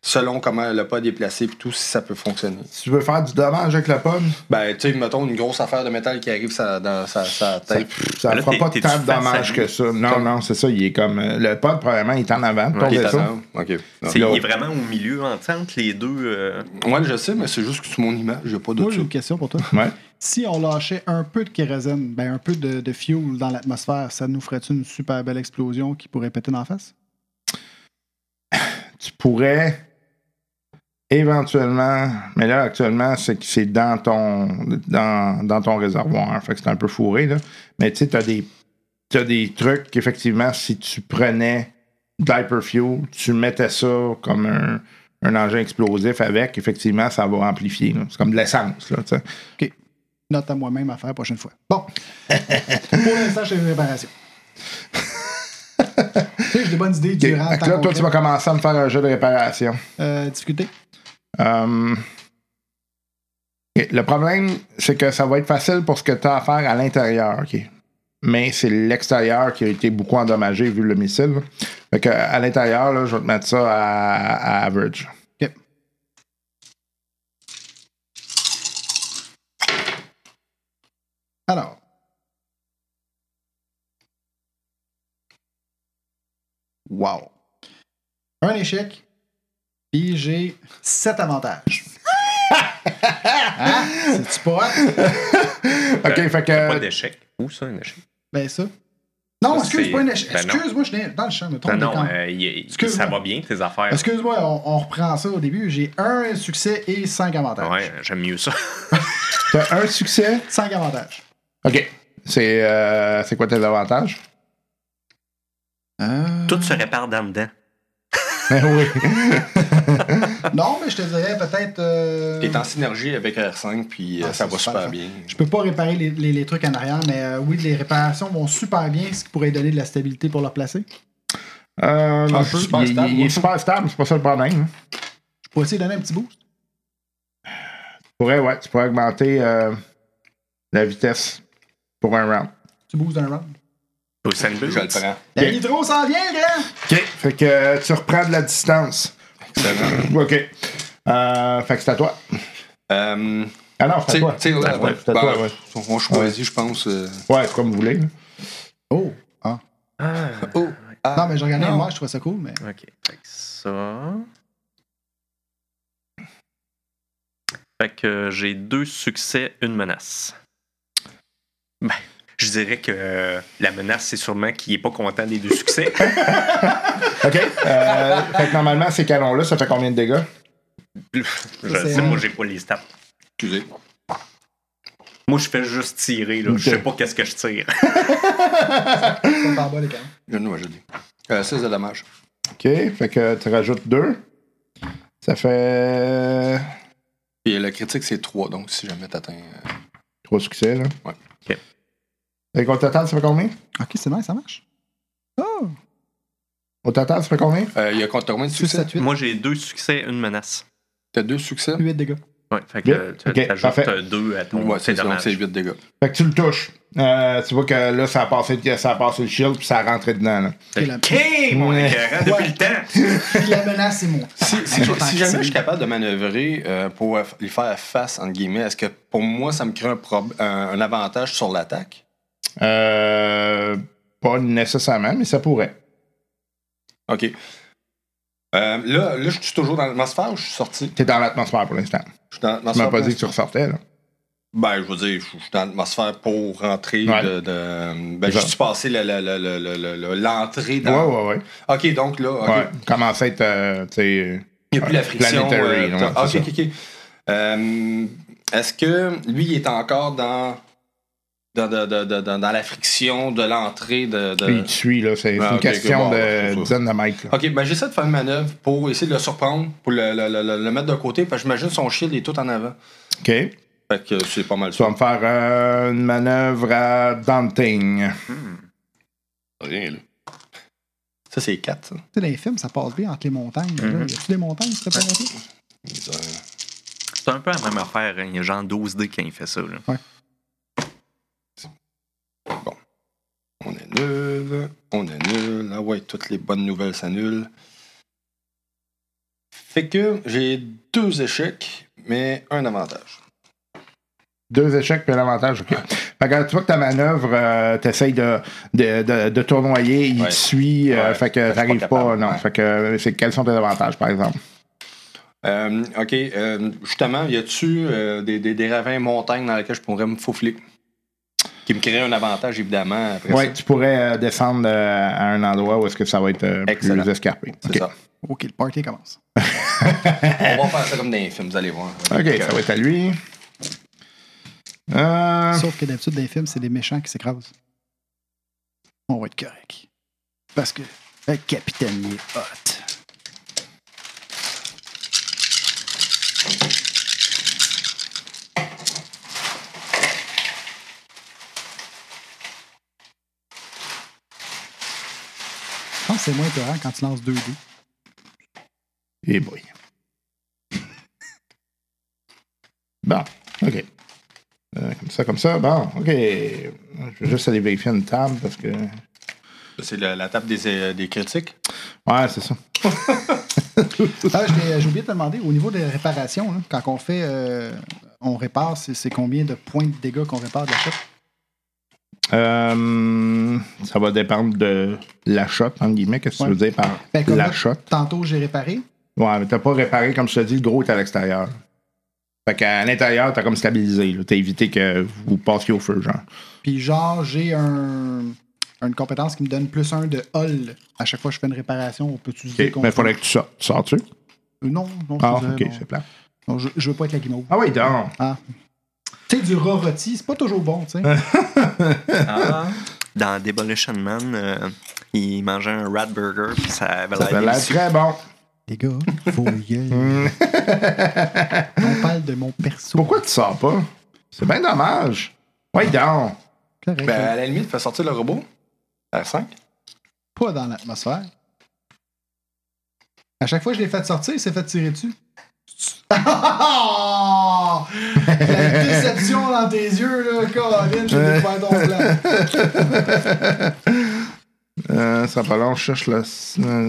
E: selon comment le pod est placé, puis tout, si ça peut fonctionner.
B: Si tu veux faire du dommage avec le pod,
E: Ben, tu sais, mettons une grosse affaire de métal qui arrive sa- dans sa,
B: ça,
E: sa tête.
B: ça
D: Là,
B: fera
D: t'es-
B: pas
D: t'es-tu
B: tant de
D: face à
B: dommages
D: lui?
B: que ça. Non,
E: Comme-
B: non, c'est ça. Il est comme. euh, le pod, probablement, il est en avant. de Ton
E: Qui est à
B: vaisseau.
E: terre. Ok. Non.
D: C'est- il
B: l'autre.
D: est vraiment au milieu, en tente, les deux. euh,
E: Ouais, je sais, mais c'est juste que sur mon image, j'ai pas de
F: Moi, j'ai une question pour toi.
B: Ouais.
F: Si on lâchait un peu de kérosène, ben un peu de, de fuel dans l'atmosphère, ça nous ferait-tu une super belle explosion qui pourrait péter d'en face?
B: Tu pourrais éventuellement. Mais là, actuellement, c'est que c'est dans ton, dans, dans ton réservoir. Fait que c'est un peu fourré, là. Mais tu sais, t'as des, t'as des trucs qu'effectivement, si tu prenais d'hyperfuel, tu mettais ça comme un, un engin explosif avec, effectivement, ça va amplifier. là. C'est comme de l'essence, là, tu sais.
F: Note à moi-même à faire la prochaine fois. Bon. pour l'instant, j'ai une réparation. tu sais, j'ai des bonnes idées
B: Ok,
F: durant
B: fait
F: le
B: que là,
F: temps. euh,
B: toi, tu vas commencer à me faire un jeu de réparation.
F: discuter.
B: Hum. Ok, Le problème, c'est que ça va être facile pour ce que tu as à faire à l'intérieur. ok. Mais c'est l'extérieur qui a été beaucoup endommagé vu le missile. Fait que, à l'intérieur, là, je vais te mettre ça à, à average.
F: Ok. Alors. Wow. Un échec. Puis j'ai 7 avantages. hein? C'est-tu pas hot?
B: OK, fait
D: pas
B: que.
D: d'échec. Où ça, un échec?
F: Ben ça. Non,
D: Ça,
F: excuse,
D: c'est-
F: pas un échec.
D: Ben non.
F: Excuse-moi, je suis dans le champ. me trompe
D: Non,
F: de
D: non,
F: camp.
D: euh, il-
F: Excuse-moi.
D: ça va bien, tes affaires.
F: Excuse-moi, on, on reprend ça au début. J'ai un succès et 5 avantages.
D: Ouais, j'aime mieux ça.
B: Tu as un succès.
F: 5 avantages.
B: OK. C'est euh, c'est quoi tes avantages?
D: Tout se répare dans dedans.
B: Ben oui.
F: Non, mais je te dirais peut-être. euh,
E: T'es en synergie avec R5, puis euh,
F: Ah,
E: ça
F: c'est
E: va
F: super
E: super
F: le fun.
E: bien.
F: Je peux pas réparer les, les- les trucs en arrière, mais euh, oui, les réparations vont super bien, ce qui pourrait donner de la stabilité pour le placer.
B: Euh,
E: Ah, je suis super
B: il, il-
E: stable,
B: il
E: moi.
B: est super stable, c'est pas ça le problème.
F: Je pourrais essayer de donner un petit boost.
B: Tu pourrais, ouais, tu pourrais augmenter euh, la vitesse pour un round.
F: Tu boost d'un round.
D: Au Sandbus.
E: Je le prends.
F: La
B: Ok.
F: nitro s'en vient, grand!
B: OK. Fait que euh, tu reprends de la distance.
E: Excellent.
B: OK. Euh, fait que c'est à toi.
E: Euh,
B: Ah non, c'est à
E: t'sais-
B: toi.
E: t'sais, ouais,
B: à toi,
E: ouais.
B: c'est à toi,
E: Ben,
B: ouais.
E: On choisit, je pense. euh,
B: Ouais, c'est comme vous voulez. là.
F: Oh! Ah.
D: Ah,
E: Oh! Ah,
F: Non, mais je regardais
E: non.
F: moi, je trouvais ça cool, mais.
D: ok. Fait que ça. Fait que euh, j'ai deux succès, une menace. Ben, je dirais que euh, la menace, c'est sûrement qu'il est pas content des deux succès.
B: OK. Euh, fait que normalement, ces canons-là, ça fait combien de dégâts?
D: je
F: c'est
D: sais,
F: un.
D: moi, j'ai pas les stats.
E: Excusez.
D: Moi, je fais juste tirer, là. Je sais pas qu'est-ce que je tire.
F: C'est par bas, les gars.
E: Je ne je dis. Euh, 16 de dommage.
B: OK. Fait que tu rajoutes deux. Ça fait
E: Puis le critique, c'est 3, donc si jamais t'atteins. euh,
B: trois succès, là.
E: Ouais.
D: OK.
B: Fait qu'au total, ça fait combien?
F: Ok, c'est nice, ça marche. Oh!
B: Au total, ça fait combien?
E: Euh, il y a compte- t'as combien de
F: 6,
E: succès
F: 7, 8.
D: Moi, j'ai deux succès, une menace.
E: T'as deux succès
F: 8 dégâts.
D: Ouais, fait que
B: Yep.
D: euh, tu
B: Ok,
D: t'ajoutes
B: parfait.
D: euh, deux à ton
E: Ouais, c'est
D: tes
E: ça, donc
D: dommages.
E: c'est 8 dégâts.
B: Fait que tu le touches.
C: Euh, tu vois que là, ça a passé, ça a passé le shield, puis ça a rentré dedans. là.
F: Et la-
D: Hey, mon
C: Ouais.
D: écœurant, depuis le temps!
F: Puis la menace est moi.
E: Si, si-
F: Tant
E: si
F: que
E: jamais
F: c'est-
E: je suis capable de manœuvrer euh, pour euh, lui faire face, entre guillemets, est-ce que pour moi, ça me crée un, prob- un- un avantage sur l'attaque?
C: Euh, pas nécessairement, mais ça pourrait.
E: OK. Euh, là, là, je suis toujours dans l'atmosphère ou je suis sorti?
C: T'es dans l'atmosphère pour l'instant.
E: Je suis dans
C: Tu m'as
E: l'atmosphère.
C: pas
E: pour
C: dit que tu ressortais, là.
E: Ben, je veux dire, je je suis dans l'atmosphère pour rentrer
C: Ouais.
E: de, de- Ben, je
C: Genre.
E: suis passé le- le- le- le- le- le- le- l'entrée dans...
C: Ouais, ouais, ouais.
E: OK, donc là, OK.
C: Ouais. Commence à être, euh, tu sais,
E: il n'y a plus la friction.
C: Planetary,
E: euh,
C: ouais,
E: ah, OK,
C: c'est
E: OK, OK. Euh, Est-ce que lui, il est encore dans... Dans, dans- dans- dans- dans- dans la friction de l'entrée de... de-
C: il te suit, là. C'est c'est
E: Ah,
C: une
E: ok,
C: question
E: ok, bon,
C: de
E: c'est ça.
C: dizaines de mètres, là.
E: OK, ben j'essaie de faire une manœuvre pour essayer de le surprendre, pour le, le- le- le- le mettre de côté, parce que j'imagine son shield est tout en avant.
C: OK.
E: Fait que c'est pas mal
C: Tu
E: ça.
C: vas me faire euh, une manœuvre à Danting.
E: Rien, là. Ça, c'est 4, ça.
F: Tu sais, dans les films, ça passe bien entre les montagnes. là. Y a-tu des montagnes, c'était pas monté?
E: Ils ont-
D: C'est un peu la même affaire, hein. il y a genre 12 dés quand il fait ça. Là.
E: On annule, on annule. Ah ouais, toutes les bonnes nouvelles s'annulent. Fait que j'ai deux échecs, mais un avantage.
C: Deux échecs puis l'avantage. OK. Fait que tu vois que ta manœuvre, euh, t'essayes de, de, de, de tournoyer, il
E: Ouais.
C: te suit, euh,
E: Ouais.
C: fait que
E: suis
C: t'arrives
E: pas
C: pas,
E: capable.
C: non.
E: Ouais.
C: Fait que c'est quels sont tes avantages, par exemple?
E: Euh, ok, euh, justement, y a-tu euh, des, des, des ravins montagnes dans lesquels je pourrais me faufiler Qui me créerait un avantage, évidemment, après
C: Ouais,
E: ça.
C: tu pourrais euh, descendre euh, à un endroit où est-ce que ça va être euh,
E: Excellent.
C: plus escarpé.
E: C'est
C: OK.
E: ça.
F: Ok, le party commence.
E: On va faire ça comme dans les films, vous allez voir.
C: OK, ça va être à lui. Euh,
F: Sauf que d'habitude, dans les films, c'est des méchants qui s'écrasent. On va être correct. Parce que le capitaine il est hot. Je pense que c'est moins épeurant quand tu lances deux dés.
C: et boy. Bon, OK. Euh, comme ça, comme ça. Bon, OK. Je vais juste aller vérifier une table parce que.
E: C'est la, la table des, euh, des critiques.
C: Ouais, c'est ça.
F: Ah, je l'ai- j'ai oublié de te demander, au niveau des réparations, là, quand on fait, euh, on répare, c'est c'est combien de points de dégâts qu'on répare de la chute?
C: Euh, ça va dépendre de la shot, entre guillemets. Qu'est-ce que
F: Ouais.
C: tu veux dire par
F: Ben, comme
C: la
F: là,
C: shot?
F: Tantôt, j'ai réparé.
C: Ouais, mais t'as pas réparé, comme je te dis, le gros est à l'extérieur. Fait qu'à l'intérieur, t'as comme stabilisé. là. T'as évité que vous passiez au feu, genre.
F: Puis genre, j'ai un, une compétence qui me donne plus un de hall. À chaque fois que je fais une réparation, on peut utiliser...
C: OK,
F: contre-
C: Mais il faudrait que tu sortes. Tu Sors-tu?
F: Euh, Non, non, je
C: Ah,
F: faisais-
C: ok,
F: non.
C: c'est plat.
F: Non, je, je veux pas être la guimauve.
C: Ah oui, donc.
F: Ah. Tu sais, du rat rôti, c'est pas toujours bon, tu sais.
D: Dans Demolition Man, euh, il mangeait un rat burger, puis ça avait
C: Ça a
D: l'air
C: l'air
D: délicieux.
C: très bon.
F: Les gars, faut y aller. On parle de mon perso.
C: Pourquoi tu sors pas? C'est bien dommage. Oui, donc.
F: Correct,
E: Ben, à la limite, fais sortir le robot. R5.
F: Pas dans l'atmosphère. À chaque fois que je l'ai fait sortir, il s'est fait tirer dessus. Ah! La déception dans tes yeux, là, Colin, j'ai découvert ton plan.
C: Euh, ça va pas long, je cherche le,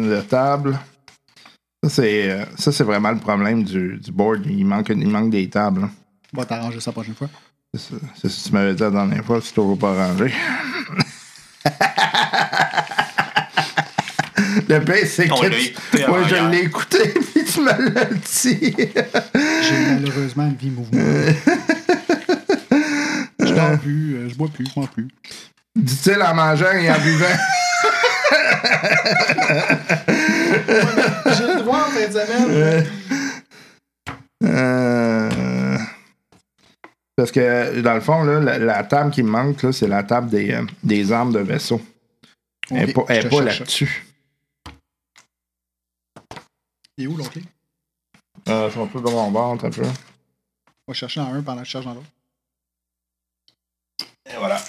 C: le table. Ça, c'est euh, ça, c'est vraiment le problème du, du board. Il manque, il manque des tables. hein.
F: On va t'arranger ça la prochaine fois.
C: C'est ça- c'est ce que tu m'avais dit la dernière fois, c'est toujours pas rangé. Le pire, c'est
D: On
C: que.
D: l'a
C: tu-
D: écouté
C: Ouais,
D: avant
C: je
D: hier.
C: l'ai écouté, puis tu me l'as dit.
F: J'ai malheureusement une vie mouvementée. Je dors plus, euh, je bois plus, je mange plus.
C: Dit-il en mangeant et en buvant.
F: J'ai le droit en fin de semaine.
C: Euh, Parce que, dans le fond, là, la, la table qui me manque, là, c'est la table des, euh, des armes de vaisseau. Elle n'est
F: Ok,
C: pas, elle
F: je
C: est
F: te
C: pas
F: cherche.
C: là-dessus.
F: Il est où l'oncle? On
C: Euh, je suis un peu de mon bord, t'as peu.
F: va chercher dans un pendant que je cherche dans l'autre.
E: Et voilà.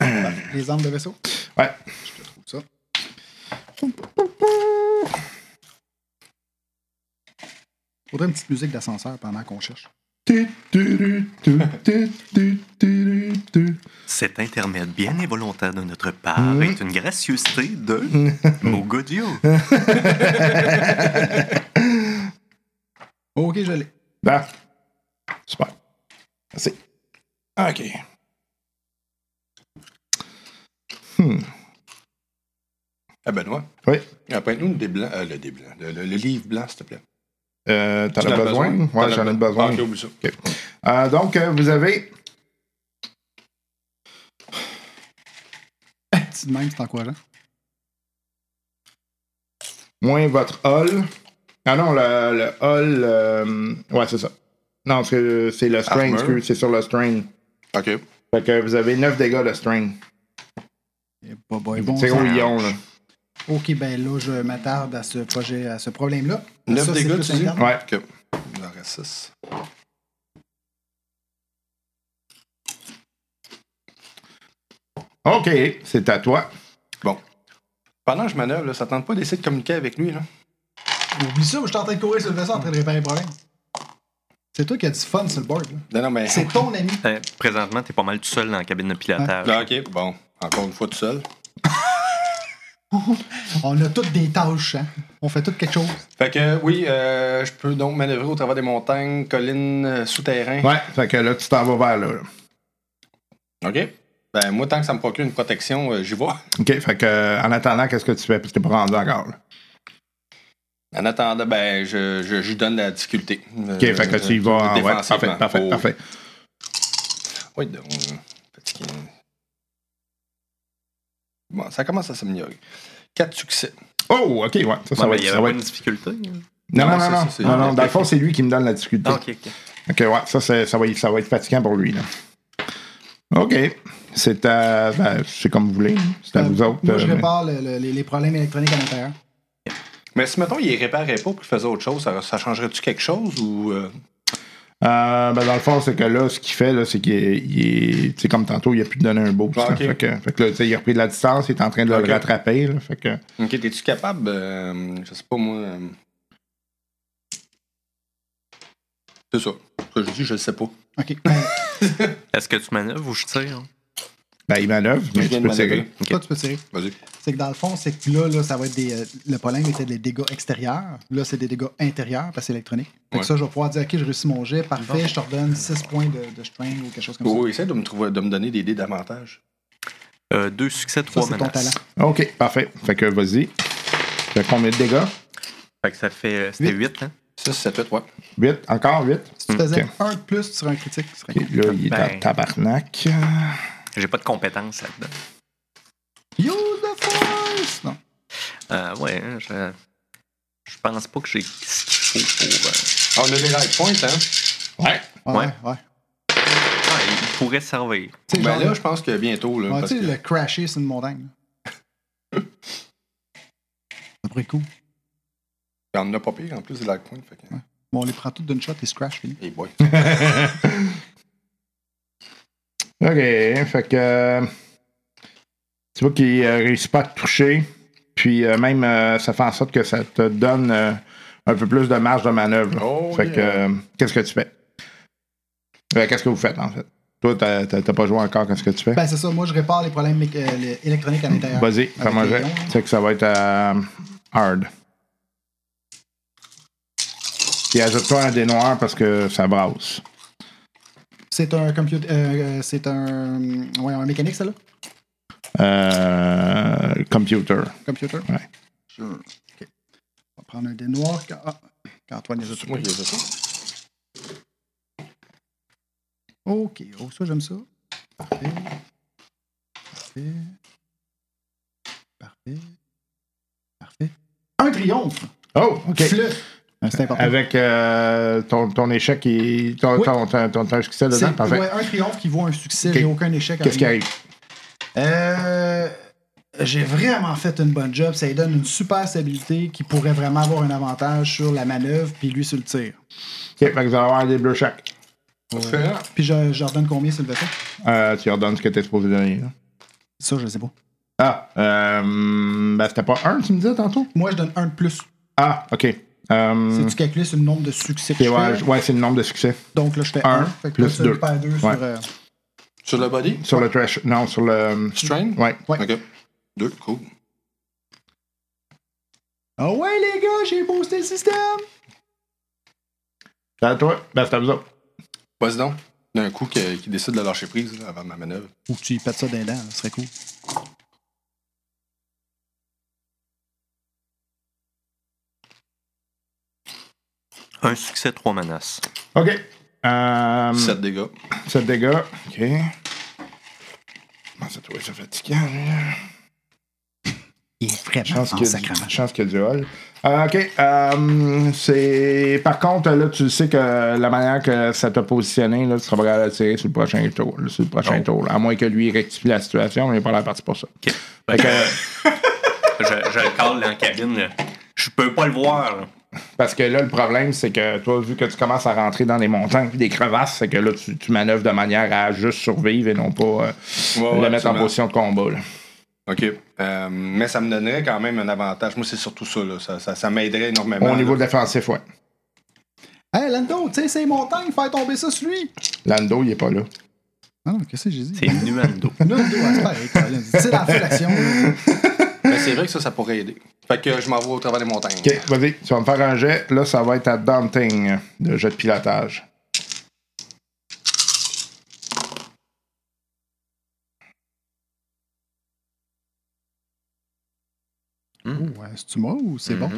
F: Les armes de vaisseau?
C: Ouais.
F: Je te trouve ça. Faudrait une petite musique d'ascenseur pendant qu'on cherche.
D: Cet intermède bien involontaire de notre part est une gracieuseté de Mogodio.
F: Ok, je l'ai.
B: Ben, super. Merci. OK.
E: Ah, Benoît,
B: Hmm. Oui.
E: apprête-nous le, dé blanc- euh, le, dé blanc, le, le- le livre blanc, s'il te plaît.
B: Euh, T'en
E: Tu
B: as
E: l'as
B: besoin?
E: besoin? T'en
B: Ouais,
E: as
B: j'en ai
E: be-
B: besoin.
E: Ah, ok, oublie ça.
B: OK. Euh, donc, euh, vous avez.
F: Petit de même, c'est encourageant.
B: moins votre hall. Ah non, le, le hall. euh, ouais, c'est ça. Non, parce que c'est le strain,
E: Armor.
B: excuse, c'est sur le strain.
E: OK.
B: Fait que vous avez 9 dégâts de strain.
F: Eh, bah, bah, bon,
B: c'est
F: ça.
B: au lion, là.
F: Ok, ben là, je m'attarde à ce projet, à ce problème-là.
E: 9
F: Ça, c'est
E: dégâts,
F: plus
E: tu dis?
F: interne.
B: Ouais.
E: OK. Il en reste 6.
B: OK, c'est à toi.
E: Pendant que je manœuvre, là, ça tente pas d'essayer de communiquer avec lui. Là.
F: Oublie ça, je suis en train de courir sur le vaisseau en train de réparer le problème. C'est toi qui as du fun sur le board. là.
E: Non, non, mais.
F: C'est ton ami.
D: Euh, présentement, t'es pas mal tout seul dans la cabine de pilotage.
E: Ah, OK, bon. Encore une fois, tout seul.
F: On a toutes des tâches, hein. On fait toutes quelque chose.
E: Fait que oui, euh, je peux donc manœuvrer au travers des montagnes, collines, euh, souterrains.
B: Ouais, fait que là, tu t'en vas vers là. là.
E: OK. Ben, moi, tant que ça me procure une protection, euh, j'y vais.
B: OK, fait que euh, en attendant, qu'est-ce que tu fais? Parce que t'es pas rendu encore. là.
E: En attendant, ben, je, je, je lui donne la difficulté. Oh.
B: OK, fait que tu y vas en ouais, Parfait, parfait, parfait.
E: Oui, donc. euh, fatigué. Bon, ça commence à s'améliorer. Quatre succès.
B: Oh, OK, ouais. Ça, ça
D: Ouais,
B: va
D: mais
B: être.
D: il y avait
B: ça va
D: pas
B: être-
D: une difficulté. hein.
B: Non, non,
E: Non,
B: non,
E: c'est
B: non.
E: ça, c'est-
B: Non, non, Dans le fond, c'est lui qui me donne la difficulté.
D: Ah, ok, ok.
B: OK, ouais, ça, c'est- ça, va, être- ça va être fatigant pour lui. Là. OK. C'est à. ben, c'est comme vous voulez. C'est à
F: Euh,
B: vous autres.
F: Moi, je
B: euh, mais-
F: répare le- le- les, les problèmes électroniques à l'intérieur.
E: Mais si, mettons, il les réparait pas puis il faisait autre chose, ça, ça changerait-tu quelque chose ou. euh,
B: Euh, ben, dans le fond, c'est que là, ce qu'il fait, là, c'est qu'il est. il est- tu sais, comme tantôt, il a pu te donner un boost.
E: Ah,
B: là.
E: OK.
B: fait, que, fait que là, tu sais, il a repris de la distance, il est en train de
E: OK.
B: le rattraper. là, fait que.
E: Ok, es-tu capable, euh, je sais pas moi. euh, C'est ça. Ce que je dis, je le sais pas.
F: Ok. Ben,
D: Est-ce que tu manœuvres ou je tire?
B: Ben, il manœuvre, mais
E: viens
B: tu
E: de
B: peux tirer.
E: manœuvrer.
F: toi, tu peux tirer.
E: Vas-y.
F: C'est que dans le fond, c'est que là, là, ça va être des. euh, le problème était des dégâts extérieurs. Là, c'est des dégâts intérieurs parce que c'est électronique. Fait que
E: Ouais.
F: ça, je vais pouvoir dire, OK, je réussis mon jet, parfait, je te redonne 6 points de, de strain ou quelque chose comme
E: Oh, essaie de me, trouver, de me donner des dés d'avantage.
D: Euh, deux succès,
F: ça.
D: trois
F: Ça, c'est ton
D: menaces.
F: talent.
B: OK, parfait. Fait que vas-y. Fait combien de dégâts?
D: Fait que ça fait. euh, C'était huit, hein?
E: 6, 7, 8, ouais.
B: 8, encore 8.
F: Si tu faisais
B: Oh, Ok.
F: un de plus sur un critique, ce serait
B: Et là, il est en
D: Ben.
B: tabarnak.
D: J'ai pas de compétences là-dedans.
F: Use the force! Non.
D: Euh, ouais, hein, je. Je pense pas que j'ai ce qu'il faut pour. euh,
E: Ah, on a des light points, hein?
B: Ouais.
F: Ouais, ouais.
D: Ouais. Ouais, Ah, il pourrait servir.
F: Tu sais,
E: Ben
F: genre,
E: là, je pense que bientôt, là.
F: ouais, tu
E: parce
F: sais,
E: que-
F: le crasher sur une montagne. là. Après coup,
E: On en a pas pire en plus des light points. Fait que...
F: bon, on les prend toutes d'une shot et scratch, fini.
E: Hey boy.
B: OK, fait que. euh, Tu vois qu'il euh, réussit pas à te toucher. Puis euh, même, euh, ça fait en sorte que ça te donne euh, un peu plus de marge de manœuvre.
E: Oh,
B: fait
E: yeah.
B: que, euh, qu'est-ce que tu fais? Euh, qu'est-ce que vous faites, en fait? Toi, t'as, t'as- t'as pas joué encore, qu'est-ce que tu fais?
F: Ben, c'est ça, moi, je répare les problèmes mé- euh, les- électroniques à l'intérieur.
B: Vas-y,
F: Avec
B: fais-moi
F: les
B: jet.
F: lions, hein. là.
B: Tu sais que ça va être euh, hard. Puis ajoute-toi un dé noir parce que ça brasse.
F: C'est un computer. euh, euh, c'est un. Ouais, un mécanique, ça, là?
B: Euh, computer.
F: Computer?
B: Ouais.
F: Sure. OK. On va prendre un dé noir. Quand- ah, quand Antoine les a tous.
E: Moi, j'ai ça.
F: OK. Oh, ça, j'aime ça. Parfait. Parfait. Parfait. Parfait. Un triomphe!
B: Oh, OK.
F: Fleu. Ah, C'est important.
B: Avec euh, ton, ton échec et ton,
F: Oui.
B: ton, ton, ton- ton succès dedans,
F: C'est-
B: parfait.
F: ouais, un triomphe qui vaut un succès.
B: Ok.
F: J'ai aucun échec. à
B: Qu'est-ce qui
F: rien.
B: arrive?
F: Euh, j'ai vraiment fait une bonne job. Ça lui donne une super stabilité qui pourrait vraiment avoir un avantage sur la manœuvre, puis lui sur le tir.
B: OK, fait que vous allez avoir des bleus chaque.
F: Puis je, je redonne combien sur le vaisseau?
B: Euh, tu leur donnes ce que t'es supposé donner. là.
F: Ça, je sais pas.
B: Ah, euh, ben c'était pas un, tu me disais tantôt?
F: Moi, je donne un de plus.
B: Ah, OK.
F: Si
B: Euh,
F: tu calcules sur le nombre de succès que
B: ok,
F: je
B: ouais,
F: fais,
B: ouais, c'est le nombre de succès.
F: donc là, je fais
B: un
F: un. Fait que
B: plus
F: là, tu
B: deux.
F: perds deux
B: Ouais.
F: sur... euh,
E: Sur le body?
C: Sur le trash. Non, sur le.
E: Strain?
C: Ouais.
F: Ouais.
E: OK. Deux, cool.
F: Ah ouais, les gars, j'ai boosté le système!
C: C'est à toi. Ben, c'est à vous autres.
E: Vas-y donc. D'un coup que- qui décide de lâcher prise là, avant ma manœuvre.
F: Ou que tu y pètes ça d'un dent, là, ce serait cool.
D: Un succès, trois menaces.
C: OK. Euh,
E: 7 dégâts.
C: 7 dégâts. OK. Comment ça trouve ça fatigant, là?
F: Il est vraiment
C: Chance
F: en
C: qu'il y a du,
F: sacrement.
C: chance qu'il y a du hall. Euh, OK. euh, c'est... Par contre, là, tu sais que la manière que ça t'a positionné, là, tu seras prêt à la tirer sur le prochain tour. là, sur le prochain
D: Oh.
C: tour. là. À moins que lui rectifie la situation, mais il n'est pas la partie pour ça.
D: OK.
C: Fait que-
D: Je, je le cale dans la cabine. là. Je peux pas le voir. là.
C: parce que là, le problème, c'est que toi, vu que tu commences à rentrer dans des montagnes et des crevasses, c'est que là, tu, tu manœuvres de manière à juste survivre et non pas euh,
E: Ouais,
C: le
E: ouais,
C: mettre en
E: absolument.
C: position de combat. là.
E: OK. Euh, mais ça me donnerait quand même un avantage. Moi, c'est surtout ça. Là. Ça, ça, ça m'aiderait énormément.
C: Au
E: là.
C: niveau défensif, ouais.
F: Hey, Lando, tiens, c'est montagne, faire tomber ça sur lui!
C: Lando, il est pas là.
F: Ah non, qu'est-ce que j'ai dit?
D: C'est Nuando.
F: Là, le dos à se faire, Colin. C'est la fellation. là.
E: Mais c'est vrai que ça, ça pourrait aider. Fait que je m'envoie au travers des montagnes.
C: OK, vas-y, tu vas me faire un jet. Là, ça va être à Daunting, le jet de pilotage.
F: Ouais, c'est-tu moi ou
B: Hmm.
F: c'est bon?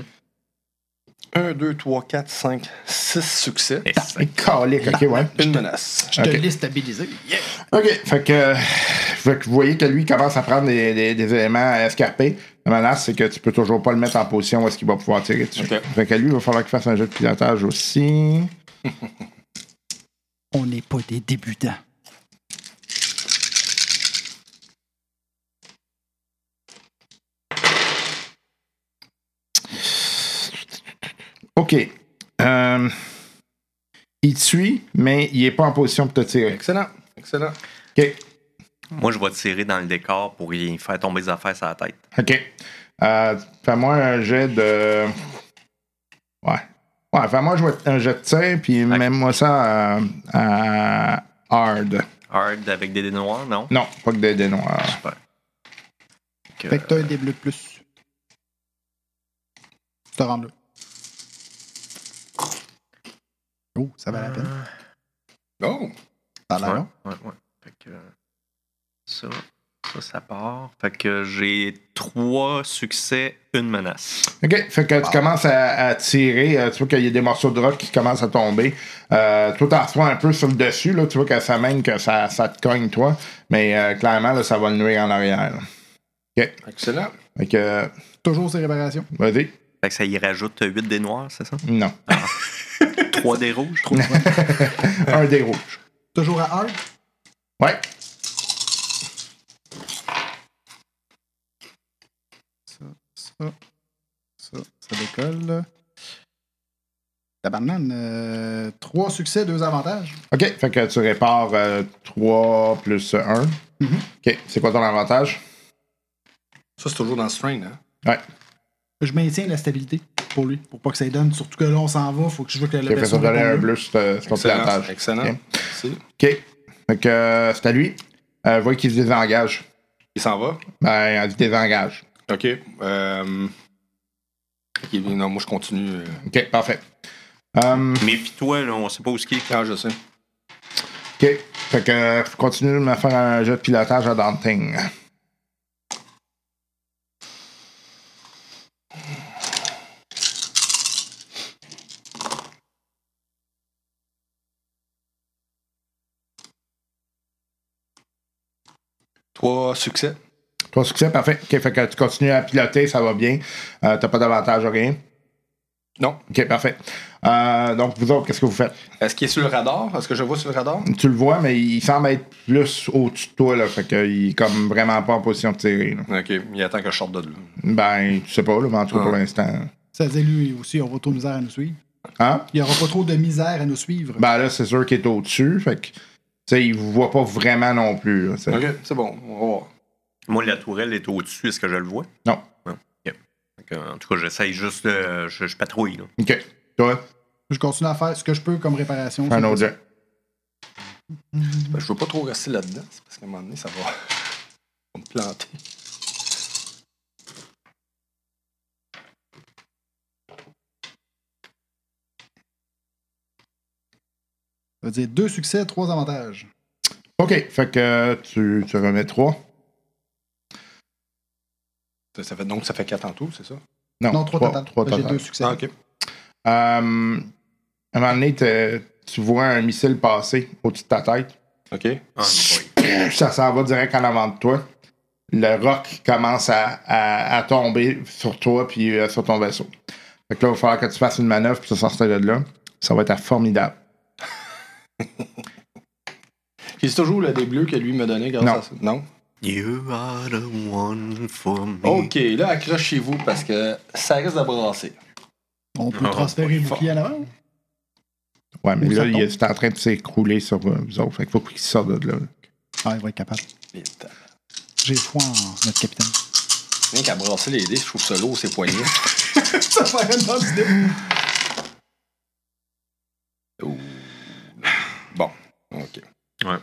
E: 1, 2, 3, 4, 5, 6 succès.
D: Et ça-
C: Et calique, OK, ouais.
E: Une menace.
F: Je te
C: Ok.
F: laisse stabiliser.
C: OK, fait que, fait que vous voyez que lui commence à prendre des, des- des éléments escarpés. La menace, c'est que tu peux toujours pas le mettre en position où est-ce qu'il va pouvoir tirer dessus.
E: OK.
C: Fait que lui, il va falloir qu'il fasse un jet de pilotage aussi.
F: On n'est pas des débutants.
C: OK. Euh, il te suit, mais il est pas en position pour te tirer.
E: Excellent. Excellent.
C: OK.
D: Moi, je vais tirer dans le décor pour y faire tomber les affaires sur la tête.
C: OK. Euh, fais-moi un jet de. Ouais. Ouais, fais-moi jouer- un jet de tir, puis mets-moi ça à, à hard.
D: Hard avec des dés noirs, non?
C: Non, pas que des dés noirs.
D: Super. Que-
F: Fait que t'as un des bleus de plus. Tu te rends là. Oh, ça valait la peine.
E: Oh!
F: Ça a l'air
D: Ouais,
F: long.
D: ouais, ouais. Fait que, euh, ça, ça, ça part. Fait que j'ai trois succès, une menace.
C: OK. Fait que tu commences à, à tirer. euh, tu vois qu'il y a des morceaux de rock qui commencent à tomber. Euh, toi, t'en reçois un peu sur le dessus. Là, tu vois que ça mène, que ça, ça te cogne, toi. Mais euh, clairement, là, ça va le nuire en arrière. là.
E: Excellent.
C: Fait que, euh,
F: Toujours ces réparations.
C: vas-y.
D: Fait que ça y rajoute 8 dés noirs, c'est ça?
C: Non.
D: 3 dés rouges?
C: un dé rouge.
F: Toujours à hard.
C: Ouais.
F: Ça, ça, ça, ça décolle. La banane, euh, trois succès, deux avantages.
C: OK. Fait que tu répares 3 plus 1.
F: Mhm.
C: OK. C'est quoi ton avantage?
E: Ça, c'est toujours dans le strain, hein?
C: Ouais.
F: Je maintiens la stabilité pour lui, pour pas que ça lui donne. Surtout que là, on s'en va, faut que je veux que le
C: Tu fait ça
F: vaisseau
C: donner un
F: réponde mieux.
C: bleu sur ta- sur ton
E: Excellent.
C: pilotage.
E: Excellent.
C: Ok.
E: Merci.
C: OK. Fait que euh, c'est à lui. Euh, voyez qu'il se désengage.
E: Il s'en va.
C: Ben, il se désengage.
E: OK. Euh... ok, Non, moi, je continue. euh.
C: OK. Parfait. Hum,
D: Mais pis toi, là, on sait pas où ce qui est.
E: Ah, je sais.
C: OK. Fait que euh, continue de me faire un jeu de pilotage à Danting.
E: Trois succès.
C: Trois succès, parfait. OK, fait que tu continues à piloter, ça va bien. Euh, T'as pas d'avantage, rien.
E: Non.
C: OK, parfait. Euh, donc, vous autres, qu'est-ce que vous faites?
E: Est-ce qu'il est sur le radar? Est-ce que je le vois sur le radar?
C: Tu le vois, mais il semble être plus au-dessus de toi, là. Fait qu'il est comme vraiment pas en position de tirer. là.
E: OK. Il attend que je sorte de là.
C: Ben, tu sais pas, là, mais en tout cas
E: Ah.
C: pour l'instant.
F: Ça veut dire lui aussi, il aura trop de misère à nous suivre.
C: Hein?
F: Il n'y aura pas trop de misère à nous suivre.
C: Ben là, c'est sûr qu'il est au-dessus. Fait que, tu sais, il vous voit pas vraiment non plus. là, tu sais.
E: OK, c'est bon. On va voir.
D: Moi, la tourelle est au-dessus, est-ce que je le vois?
C: Non.
D: Non. Ok. Fait que, en tout cas, j'essaye juste de. Je, je patrouille, là.
C: OK. Toi,
F: Je continue à faire ce que je peux comme réparation.
C: fais un autre jet.
E: Ben, je veux pas trop rester là-dedans, c'est parce qu'à un moment donné, ça va, va me planter.
F: Ça veut dire deux succès, trois avantages.
C: OK, fait que euh, tu, tu remets 3.
E: Ça, ça fait, donc, ça fait quatre en tout, c'est ça?
C: Non,
F: Non, trois
C: trois-
F: total.
C: trois
F: Là, J'ai
C: total.
F: deux succès.
E: Ah, ok.
C: Euh, à un moment donné, te- tu vois un missile passer au-dessus de ta tête.
E: Ok.
D: Ah, oui.
C: Ça s'en va direct en avant de toi. Le roc commence à, à- à tomber sur toi puis euh, sur ton vaisseau. Fait que là, il va falloir que tu fasses une manœuvre pour te sortir de là. Ça va être formidable.
E: Puis C'est toujours le dé bleu que lui me donnait grâce
C: Non.
E: à ça. Non?
D: You are the one for me.
C: Oh,
E: Ok, là, accrochez-vous parce que ça risque de brasser.
F: On peut
D: Ah,
F: transférer le
D: fort.
F: bouclier à l'avant.
C: Ouais, mais
F: Où
C: là,
F: ça
C: il
F: tombe?
C: est en train de s'écrouler sur euh, vous autres. Fait qu'il faut qu'il sorte de là.
F: Ah, il va être capable.
E: Les ta-
F: J'ai foi en notre capitaine.
E: Rien qu'à brasser les dés, je trouve ça lourd, ses poignets.
F: Ça va être dans le dé.
E: Ouh. Oh. Bon, ok.
D: Ouais.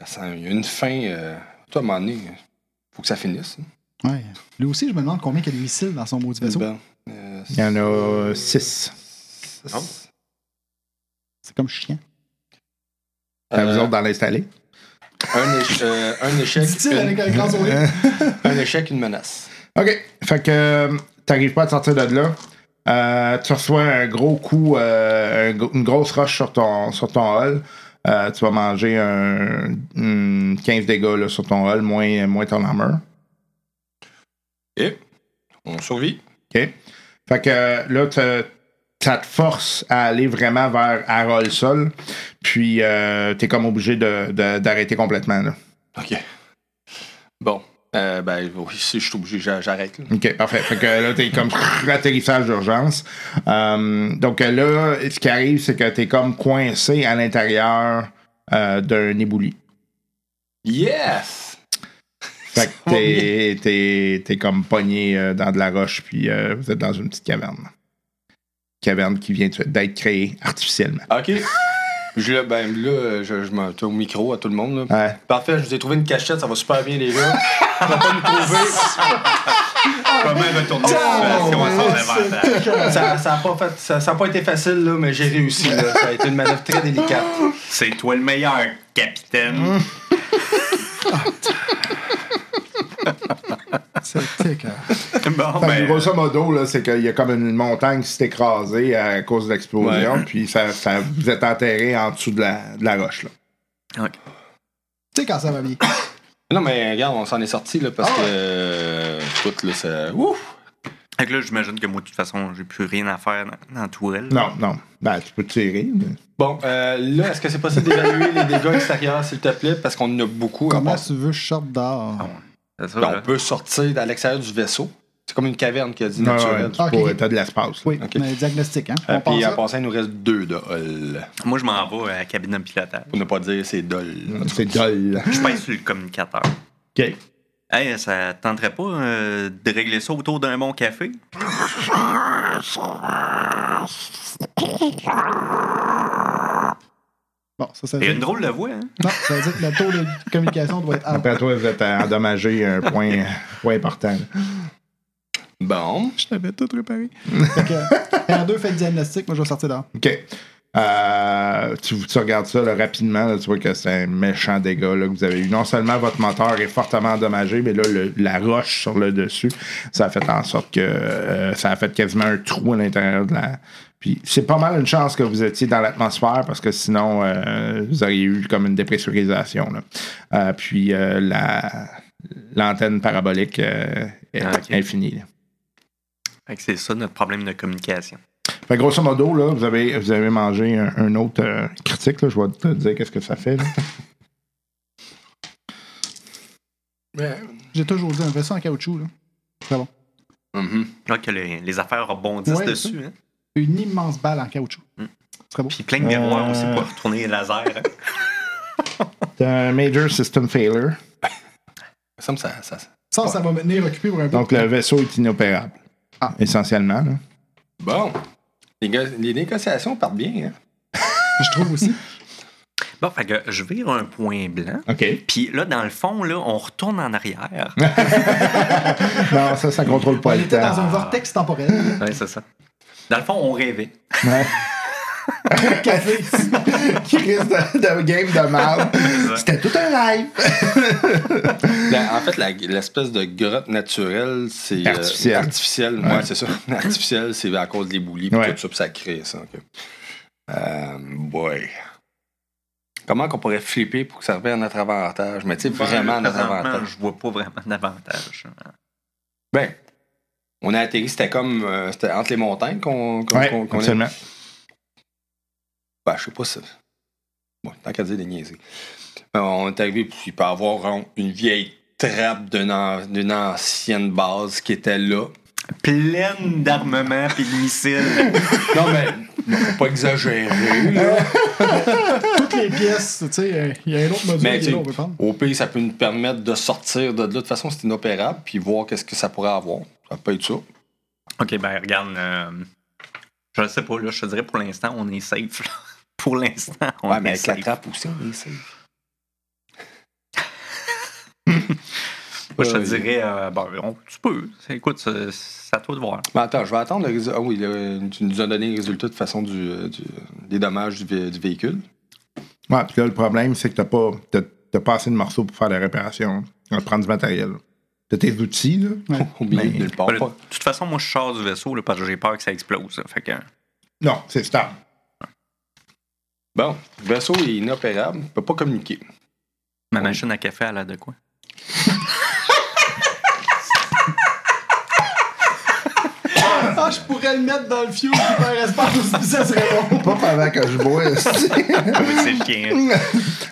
E: Ça sent une fin. euh, Toi, à un moment donné, faut que ça finisse. hein.
F: Ouais. Lui aussi, je me demande combien il y a de missiles dans son maudit vaisseau.
E: Ben, euh,
C: Il y en a 6.
E: six.
D: Non.
F: C'est comme chien.
C: Vous
E: Euh,
C: autres, dans l'installer.
E: un, éche- euh, un échec.
F: Dit-il avec
E: une-
F: un grand sourire.
E: Un échec, une menace.
C: OK. Fait que euh, t'arrives pas à te sortir de là. Euh, tu reçois un gros coup, euh, un gro- une grosse roche sur ton, sur ton hall. Euh, tu vas manger un, hmm, 15 dégâts là, sur ton hall, moins, moins ton armor.
E: Et on survit.
C: OK? Fait que euh, là, te- ça te force à aller vraiment vers à ras le sol. Puis euh, t'es comme obligé de- de- d'arrêter complètement. Là.
E: OK. Bon. Euh, ben, oui, si je suis obligé, j'a- j'arrête. là.
C: OK, parfait. Fait que là, t'es comme atterrissage d'urgence. Euh, donc là, ce qui arrive, c'est que t'es comme coincé à l'intérieur euh, d'un ébouli.
E: Yes!
C: Fait que
F: Oh,
C: t'es- t'es- t'es comme pogné euh, dans de la roche, puis euh, vous êtes dans une petite caverne. Caverne qui vient de- d'être créée artificiellement.
E: Ah, OK. Je, le- ben, là, je, je m'en tourne au micro à tout le monde. là.
C: Ouais.
E: Parfait, je vous ai trouvé une cachette, ça va super bien, les gars. On va pas nous trouver. Oh,
D: Comment retourner la situation à son avantage?
E: Ça ça a pas, fait- ça- ça a pas été facile, là, mais j'ai réussi. là. Ça a été une manœuvre très délicate.
D: C'est toi le meilleur,
C: Mmh.
D: capitaine.
F: C'était que.
D: Bon,
C: Fait que
D: ben,
C: grosso modo, là, c'est qu'il y a comme une montagne qui s'est écrasée à cause de l'explosion,
E: Ouais.
C: puis ça, ça- vous êtes enterré en dessous de la, de la roche. Là.
F: Tu sais quand ça va bien.
E: Non, mais regarde, on s'en est sorti là, parce que. euh, tout, là, ça. Ouf!
D: euh, fait que là, j'imagine que moi, de toute façon, j'ai plus rien à faire dans, dans tout elle.
C: Non, non. Ben, tu peux tirer. mais-
E: Bon, euh, là, est-ce que c'est possible d'évaluer les dégâts extérieurs, s'il te plaît? Parce qu'on en a beaucoup. à
F: Comment
E: part-
F: tu veux, je sorte dehors?
D: Ah, C'est ça,
E: Ben,
D: là.
E: on peut sortir à l'extérieur du vaisseau. C'est comme une caverne qui a dit
C: Non,
E: naturelle.
C: ouais, tu
F: Ok.
C: pourrais- t'as de l'espace. là.
F: Oui,
E: Ok.
F: mais diagnostic, hein?
E: Ah,
F: On pense
E: puis en
F: ça.
E: passant, il nous reste deux de hall.
D: Moi, je m'en vais à la cabine de pilotage.
E: Pour ne pas dire c'est dol.
C: Euh, C'est dol.
D: Je pèse sur le communicateur.
C: OK.
D: Hey, ça te tenterait pas euh, de régler ça autour d'un bon café?
F: Bon, ça, ça veut
D: Et
F: dire...
D: une drôle de voix, hein?
F: Non, ça veut dire que le taux de communication doit être out.
C: Après toi, vous êtes euh, endommagé un point, euh, point important. là.
E: Bon.
F: Je l'avais tout réparé. Fait que, R2 fait le diagnostic, moi je vais sortir dehors.
C: OK. Euh, tu, tu regardes ça là, rapidement, là, tu vois que c'est un méchant dégât là, que vous avez eu. Non seulement votre moteur est fortement endommagé, mais là, le- la roche sur le dessus, ça a fait en sorte que euh, ça a fait quasiment un trou à l'intérieur de la. Puis c'est pas mal une chance que vous étiez dans l'atmosphère parce que sinon, euh, vous auriez eu comme une dépressurisation. là. Euh, puis euh, la- l'antenne parabolique euh, est
D: Ah, ok.
C: infinie. là.
D: Fait que c'est ça notre problème de communication.
C: Fait que grosso modo, là, vous avez, vous avez mangé un, un autre euh, critique. Là, je vais te dire qu'est-ce que ça fait. là.
F: J'ai toujours dit un vaisseau en caoutchouc, là. C'est bon.
E: Mhm.
D: Là, que les, les affaires rebondissent
F: Ouais,
D: dessus, hein?
F: Une immense balle en caoutchouc.
D: Mm.
F: C'est beau.
D: Puis plein de miroirs
C: Euh.
D: aussi pour retourner les lasers. hein.
C: C'est un major system failure.
E: Ça me ça, ça, ça.
F: Ça, ça va me tenir occupé pour un bout.
C: Donc le vaisseau est inopérable.
F: Ah.
C: Essentiellement. là.
E: Bon. Les, gars- les négociations partent bien. Hein?
F: Je trouve aussi.
D: Bon, fait que je vire un point blanc.
E: OK.
D: Puis là, dans le fond, là, on retourne en arrière.
B: Non, ça, ça contrôle
F: On
B: pas le
F: était dans
B: temps.
F: un vortex temporel.
D: oui, c'est ça. Dans le fond, on rêvait.
B: Café qui risque de, de game de mal. C'était tout un live.
E: La- Ben, en fait, la- l'espèce de grotte naturelle, c'est. euh,
B: Artificielle.
E: artificielle, ouais, c'est ça. Artificielle, c'est à cause des boulis, puis
B: Ouais.
E: tout ça, puis ça crée ça. ok. Euh, boy. Comment qu'on pourrait flipper pour que ça revienne à notre avantage? Mais tu sais, vraiment à notre
D: Ben, Présentement,
E: avantage.
D: Je vois pas vraiment d'avantage.
E: Ben, on a atterri, c'était comme. euh, c'était entre les montagnes qu'on qu'on-
B: Ouais,
E: qu'on- qu'on est.
B: absolument.
E: Ben, je sais pas si. Bon, tant qu'à dire des niaiseries. Ben, on est arrivé, puis il peut y avoir hein, une vieille trappe d'une an- d'une ancienne base qui était là.
D: Pleine d'armement puis de missiles.
E: Non, mais non, faut pas exagérer. là.
F: Toutes les pièces, tu sais, euh, il y a un autre module
E: Mais
F: qui
E: tu sais,
F: est là, on peut prendre.
E: au pays, ça peut nous permettre de sortir de là. De toute façon, c'est inopérable, puis voir qu'est-ce que ça pourrait avoir. Ça peut être ça.
D: OK, ben regarde, euh, je sais pas, là, je te dirais pour l'instant, on est safe. là. Pour l'instant, on
E: Ouais, mais
D: est
E: avec la
D: safe.
E: trappe aussi, on essaye.
D: Moi, je te
E: Euh,
D: dirais, euh, bon, on- tu peux. C'est- Écoute, c'est c'est à toi de voir.
E: Mais attends, je vais attendre le résultat. Ah oui, le- tu nous as donné le résultat de façon du, euh, du- des dommages du, vé- du véhicule.
B: Ouais, puis là, le problème, c'est que t'as pas, t'as, t'as pas assez de morceaux pour faire la réparation. On va prendre du matériel. T'as tes outils, là.
E: Au milieu de nulle part.
D: Ben, là,
E: Pas-
D: de toute façon, moi, je sors du vaisseau là, parce que j'ai peur que ça explose. là. Fait que,
B: Non, c'est stable.
E: Bon, le vaisseau est inopérable, il peut pas communiquer.
D: ma machine à café, elle a de quoi?
F: Ah, je pourrais le mettre dans le fuel hyperespace, puis ça serait bon.
B: Pas pendant que je bois. esti.
D: Oui, c'est le chien.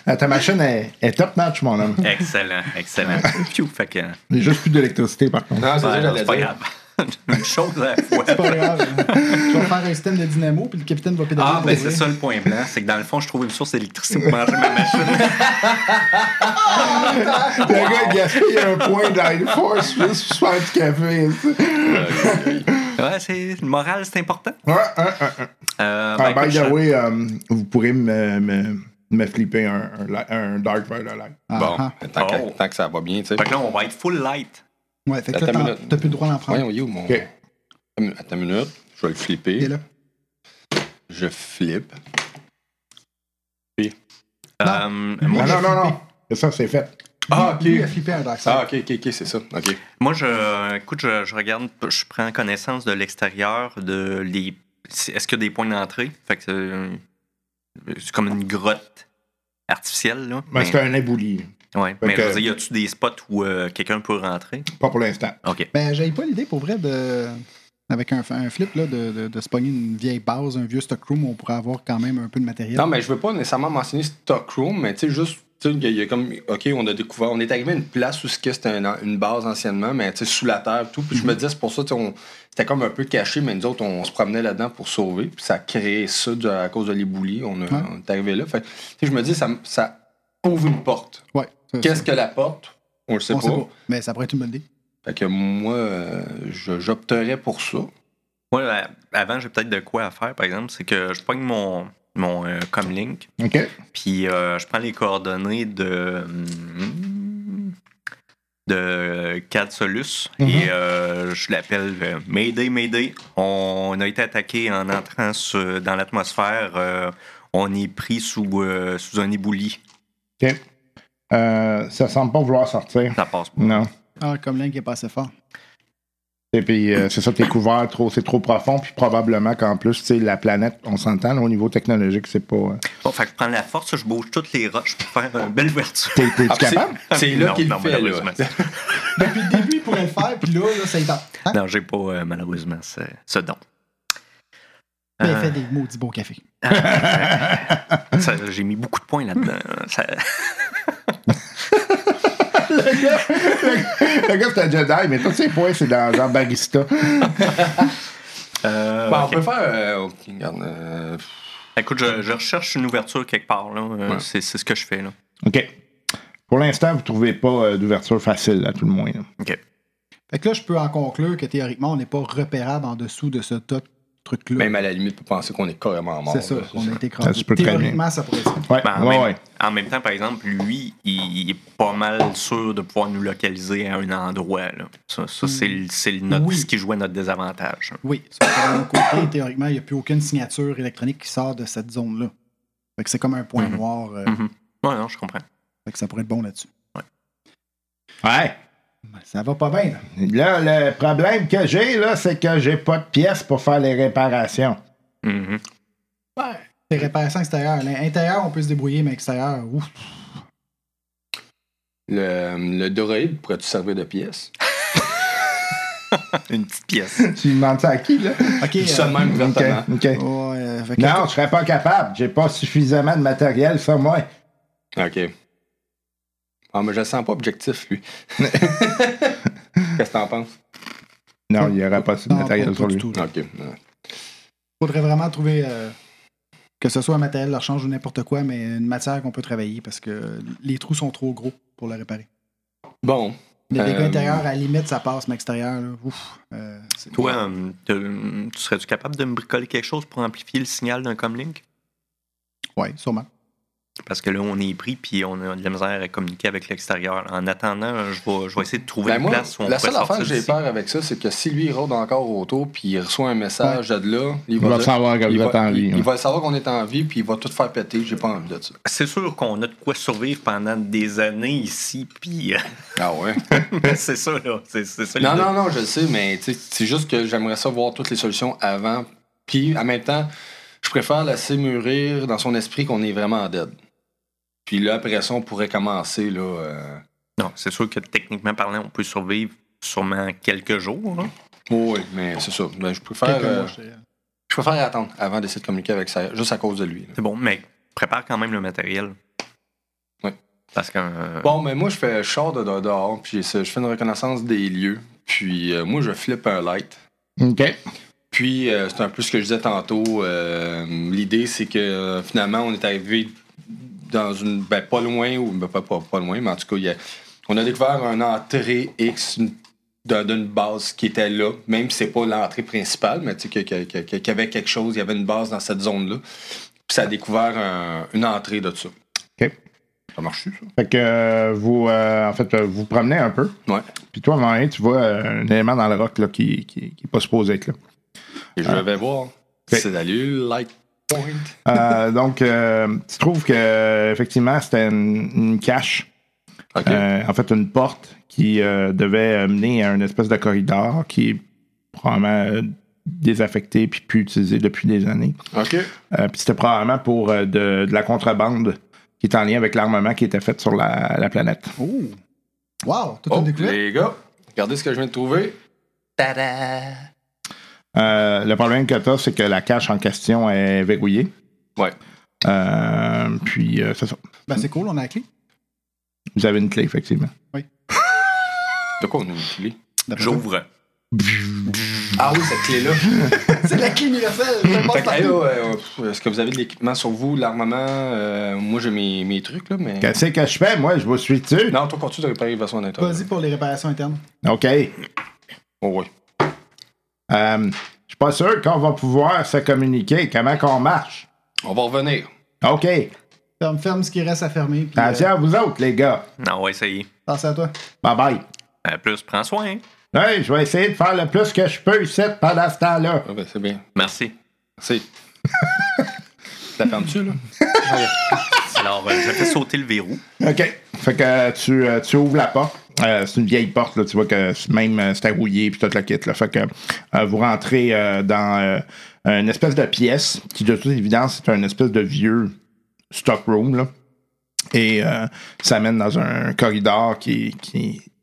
B: Ah, Ta machine est, top notch, mon homme.
D: Excellent, excellent. Pfiou, fait que,
B: Il n'y a juste plus d'électricité, par contre.
E: Non, c'est
D: Ouais,
E: ça,
D: non,
E: j'allais
D: c'est pas
E: dire.
D: grave. Une chose à la fois.
F: C'est pas grave. Tu vas faire un système de dynamo, puis le capitaine va pédaler.
D: Ah, ben c'est
F: Ouais.
D: ça le point blanc, c'est que dans le fond, je trouve une source d'électricité pour manger ma machine.
B: Le gars, il a fait un point dans une force juste pour se faire du café. esti.
D: Ouais, c'est le moral, c'est important.
B: Ouais, hein, hein, hein.
D: Euh,
B: Ah,
D: ben, écoute,
B: by
D: je-
B: the way, euh, vous pourrez me, me, me flipper un, un, li- un dark vert de light.
E: Bon,
F: Ah,
E: tant, qu'à-
D: Oh.
E: tant que ça va bien, tu sais.
D: Fait que là, on va être full light.
F: ah. Ouais, fait que
E: Attends
F: là,
E: une
F: t'en-
E: minute.
F: t'as plus le droit d'en prendre.
E: Voyons, you, mon.
B: Ok.
E: Attends une minute, je vais le
F: Il est
E: flipper.
F: là.
E: Je flippe.
D: Euh, moi,
B: Non,
F: j'ai
B: non, non,
F: flippé.
B: non. Et ça, c'est fait.
E: Ah,
F: Lui, il a flippé un dark side.
E: Ah, ok, ok, ok, c'est ça. Ok.
D: moi, je, euh, écoute, je, je regarde, je prends connaissance de l'extérieur, de les. c'est- Est-ce qu'il y a des points d'entrée? Fait que euh, c'est comme une grotte artificielle, là.
B: Mais Ben, c'est un ébouli.
D: ouais, mais je veux
B: que-
D: dire, y a-tu des spots où euh, quelqu'un peut rentrer?
B: Pas pour l'instant.
D: OK.
F: Ben, j'avais pas l'idée pour vrai de. Avec un, un flip, là, de, de, de se pogner une vieille base, un vieux stockroom, on pourrait avoir quand même un peu de matériel.
E: Non, mais je veux pas nécessairement mentionner Stockroom, mais tu sais, juste. tu sais, Il y a- il y a comme, OK, on a découvert, on est arrivé à une place où ce que c'était un an- une base anciennement, mais tu sais, sous la terre, tout. Puis je
F: Mm-hmm.
E: me disais, c'est pour ça, tu sais, on- c'était comme un peu caché, mais nous autres, on se promenait là-dedans pour sauver. Puis ça a créé ça de- à cause de l'éboulis. On, a-
F: Ouais.
E: on est arrivé là. Fait que, tu sais, je me dis, ça, ça ouvre une porte.
F: Ouais. ça-
E: Qu'est-ce
F: ça,
E: que la porte On le sait
F: on
E: pas.
F: sait pas. Mais ça pourrait être une bonne idée.
E: Fait que moi, euh, je- j'opterais pour ça.
D: Moi, euh, avant, j'ai peut-être de quoi à faire, par exemple, c'est que je pogne mon, mon euh, comlink,
B: OK?
D: puis euh, je prends les coordonnées de. hum, de Cad Solus,
B: Mhm.
D: et euh, je l'appelle euh, Mayday, Mayday. On a été attaqué en entrant sur- dans l'atmosphère. euh, on est pris sous, euh, sous un éboulis.
B: OK. Euh, ça semble pas vouloir sortir.
D: Ça passe pas.
B: Non.
F: Ah, comme l'un qui est pas assez fort.
B: Et puis, euh, c'est ça, t'es couvert trop, c'est trop profond, puis probablement qu'en plus, tu sais, la planète, on s'entend, là, au niveau technologique, c'est pas. euh,
D: Bon, fait que je prends la force, je bouge toutes les roches pour faire une belle ouverture.
B: T'es, t'es-tu
E: Ah, c'est-
B: capable?
E: C'est là
D: Non,
E: qu'il
D: non,
E: le fait, là.
D: malheureusement.
F: Depuis le début, il pourrait le faire, puis là, là ça y tente. Hein?
D: Non, j'ai pas euh, malheureusement ce, ce don.
F: Mais il
E: Ah.
D: Euh,
F: fait des maudits beaux cafés.
D: ça- J'ai mis beaucoup de points là-dedans. hein. Ça-
B: Le gars, c'est un Jedi, mais tous ses points, c'est dans, dans Barista.
D: Euh,
E: Ben,
D: ok.
E: On peut faire. euh, ok, regarde, euh,
D: Écoute, je, je recherche une ouverture quelque part. là. Euh, C'est c'est ce que je fais. là.
B: OK. Pour l'instant, vous trouvez pas euh, d'ouverture facile, à tout le moins. là.
D: OK.
F: Fait que là, je peux en conclure que théoriquement, on n'est pas repérable en dessous de ce top truc-là.
E: Même à la limite, peut penser qu'on est carrément mort.
F: C'est ça,
E: là,
F: on a été
C: Ah,
F: écrasé.
C: tu peux très bien.
F: Théoriquement, ça pourrait être ça.
C: Ouais,
D: Ben, en,
C: ouais,
D: même,
C: ouais.
D: en même temps, par exemple, lui, il, il est pas mal sûr de pouvoir nous localiser à un endroit. là. Ça, ça, c'est le- c'est le- notre-
F: Oui.
D: ce qui joue à notre désavantage. hein.
F: Oui, c'est parce que d'un côté, théoriquement, il n'y a plus aucune signature électronique qui sort de cette zone-là. Fait que c'est comme un point
D: Mhm.
F: noir. euh,
D: Mhm. Ouais, non, je comprends.
F: Fait que ça pourrait être bon là-dessus.
C: Ouais.
F: Ça va pas bien, là.
C: Là, le problème que j'ai, là, c'est que j'ai pas de pièces pour faire les réparations.
D: Mhm.
F: C'est réparation extérieure. L'intérieur, on peut se débrouiller, mais extérieur, ouf.
E: Le, le doroïde, pourrais-tu servir de pièce?
D: Une petite pièce.
C: Tu demandes ça à qui, là?
F: OK. euh,
E: Seulement le
C: OK,
E: gouvernement.
C: OK.
F: ouais, euh, fait que-
C: Non, je serais pas capable. J'ai pas suffisamment de matériel sur moi.
E: OK. Ah, mais je le sens pas objectif, lui. Qu'est-ce que t'en penses?
C: Non, il n'y aura pas de
F: Non, pas-
C: matériel
F: pas
C: sur
F: du
C: lui.
F: tout, là.
E: OK. ouais.
F: faudrait vraiment trouver euh, que ce soit un matériel de rechange ou n'importe quoi, mais une matière qu'on peut travailler parce que les trous sont trop gros pour le réparer.
E: Bon.
F: Les dégâts
E: Euh,
F: intérieurs, à la limite, ça passe, mais extérieur, là, ouf. euh, c'est-
D: Toi, euh, te- tu serais-tu capable de me bricoler quelque chose pour amplifier le signal d'un comlink?
F: Ouais, sûrement.
D: Parce que là, on est pris puis on a de la misère à communiquer avec l'extérieur. En attendant, euh, je vais, je vais essayer de trouver
E: Ben
D: une
E: moi,
D: place où on
E: la
D: pourrait
E: seule affaire que
D: sortir
E: j'ai
D: d'ici.
E: peur avec ça, c'est que si lui, il rôde encore autour, puis il reçoit un message de là, il
C: Il va
E: dire-
C: savoir que vous êtes en vie.
E: il-
C: ouais.
E: il va savoir qu'on est en vie, puis il va tout faire péter. J'ai pas envie de ça.
D: C'est sûr qu'on a de quoi survivre pendant des années ici, puis euh,
E: Ah ouais?
D: c'est ça, là. C'est c'est ça
E: non,
D: l'idée.
E: non, non, je le sais, mais tu sais, c'est juste que j'aimerais ça voir toutes les solutions avant. Puis en même temps, je préfère laisser mûrir dans son esprit qu'on est vraiment dead. Puis là, après ça, on pourrait commencer, là. euh,
D: Non, c'est sûr que techniquement parlant, on peut survivre sûrement quelques jours. hein.
E: Oui, mais c'est ça. Ben, je préfère.
F: Quelques
E: euh,
F: mois, je dirais.
E: je préfère attendre avant d'essayer de communiquer avec ça, juste à cause de lui. là.
D: C'est bon, mais prépare quand même le matériel.
E: Ouais.
D: Parce que. euh,
E: Bon, mais moi, je fais je sors de de- dehors, puis j'essaie- je fais une reconnaissance des lieux. Puis euh, moi, je flippe un light.
C: OK.
E: Puis, euh, c'est un peu ce que je disais tantôt. euh, L'idée, c'est que euh, finalement, on est arrivé dans une. Ben, pas loin, ou ben, pas, pas, pas loin, mais en tout cas, il y a- on a découvert une entrée X une- d'un- d'une base qui était là, même si c'est pas l'entrée principale, mais tu sais, que- que- que- que- qu'il y avait quelque chose, il y avait une base dans cette zone-là. Puis, ça a découvert un- une entrée de ça.
C: OK.
E: Ça marche, ça?
C: Fait que euh, vous, euh, en fait, euh, vous promenez un peu.
E: Ouais.
C: Puis toi, à un moment donné, tu vois euh, un élément dans le roc là, qui, qui, qui est pas supposé être là.
E: Et je vais voir. C'est d'ailleurs Light Point.
C: Euh, donc, euh, tu trouves que euh, effectivement, c'était une, une cache.
E: OK.
C: Euh, en fait, une porte qui euh, devait euh, mener à une espèce de corridor qui est probablement euh, désaffecté puis plus utilisé depuis des années.
E: OK.
C: Euh, puis c'était probablement pour euh, de, de la contrebande qui est en lien avec l'armement qui était fait sur la, la planète.
F: Oh! Wow! Toute
E: Oh,
F: une découverte?
E: les gars, regardez ce que je viens de trouver.
C: Euh, le problème que tu as, c'est que la cache en question est verrouillée.
E: Ouais.
C: Euh, puis, euh, c'est ça.
F: Ben, c'est cool, on a la clé.
C: Vous avez une clé, effectivement.
E: De quoi on a une clé?
F: D'après toi.
D: J'ouvre.
E: Ah oui, cette clé-là.
F: C'est la clé universelle! je pense
E: Fait que, hey,
F: partout.
E: là, euh, Est-ce que vous avez de l'équipement sur vous, l'armement? Euh, moi, j'ai mes, mes trucs, là, mais...
C: Qu'est-ce que je fais? Moi, je vous suis dessus.
E: Non, toi, continue de réparer les versions d'intérieur.
F: Vas-y pour les réparations internes.
C: OK.
E: Oh, oui.
C: Euh, je suis pas sûr qu'on va pouvoir se communiquer. Comment qu'on marche?
E: On va revenir.
C: OK.
F: Ferme, ferme ce qui reste à fermer. puis, euh,
C: Attention à vous autres, les gars.
D: Non, on va essayer.
F: attention à toi.
C: Bye-bye.
D: Euh, plus, prends soin. hein.
C: Hey, je vais essayer de faire le plus que je peux ici pendant ce temps-là.
E: Ah, ben, c'est bien.
D: Merci.
E: C'est... La ferme-tu, là?
D: Alors, euh, je fais sauter le verrou.
C: OK. Fait que tu, euh, tu ouvres la porte. Euh, c'est une vieille porte, là, tu vois que c'est- même euh, c'était rouillé puis toute la kit. Là. Fait que euh, vous rentrez euh, dans euh, une espèce de pièce qui, de toute évidence, c'est un espèce de vieux stockroom. Là. Et euh, ça mène dans un corridor qui, est- qui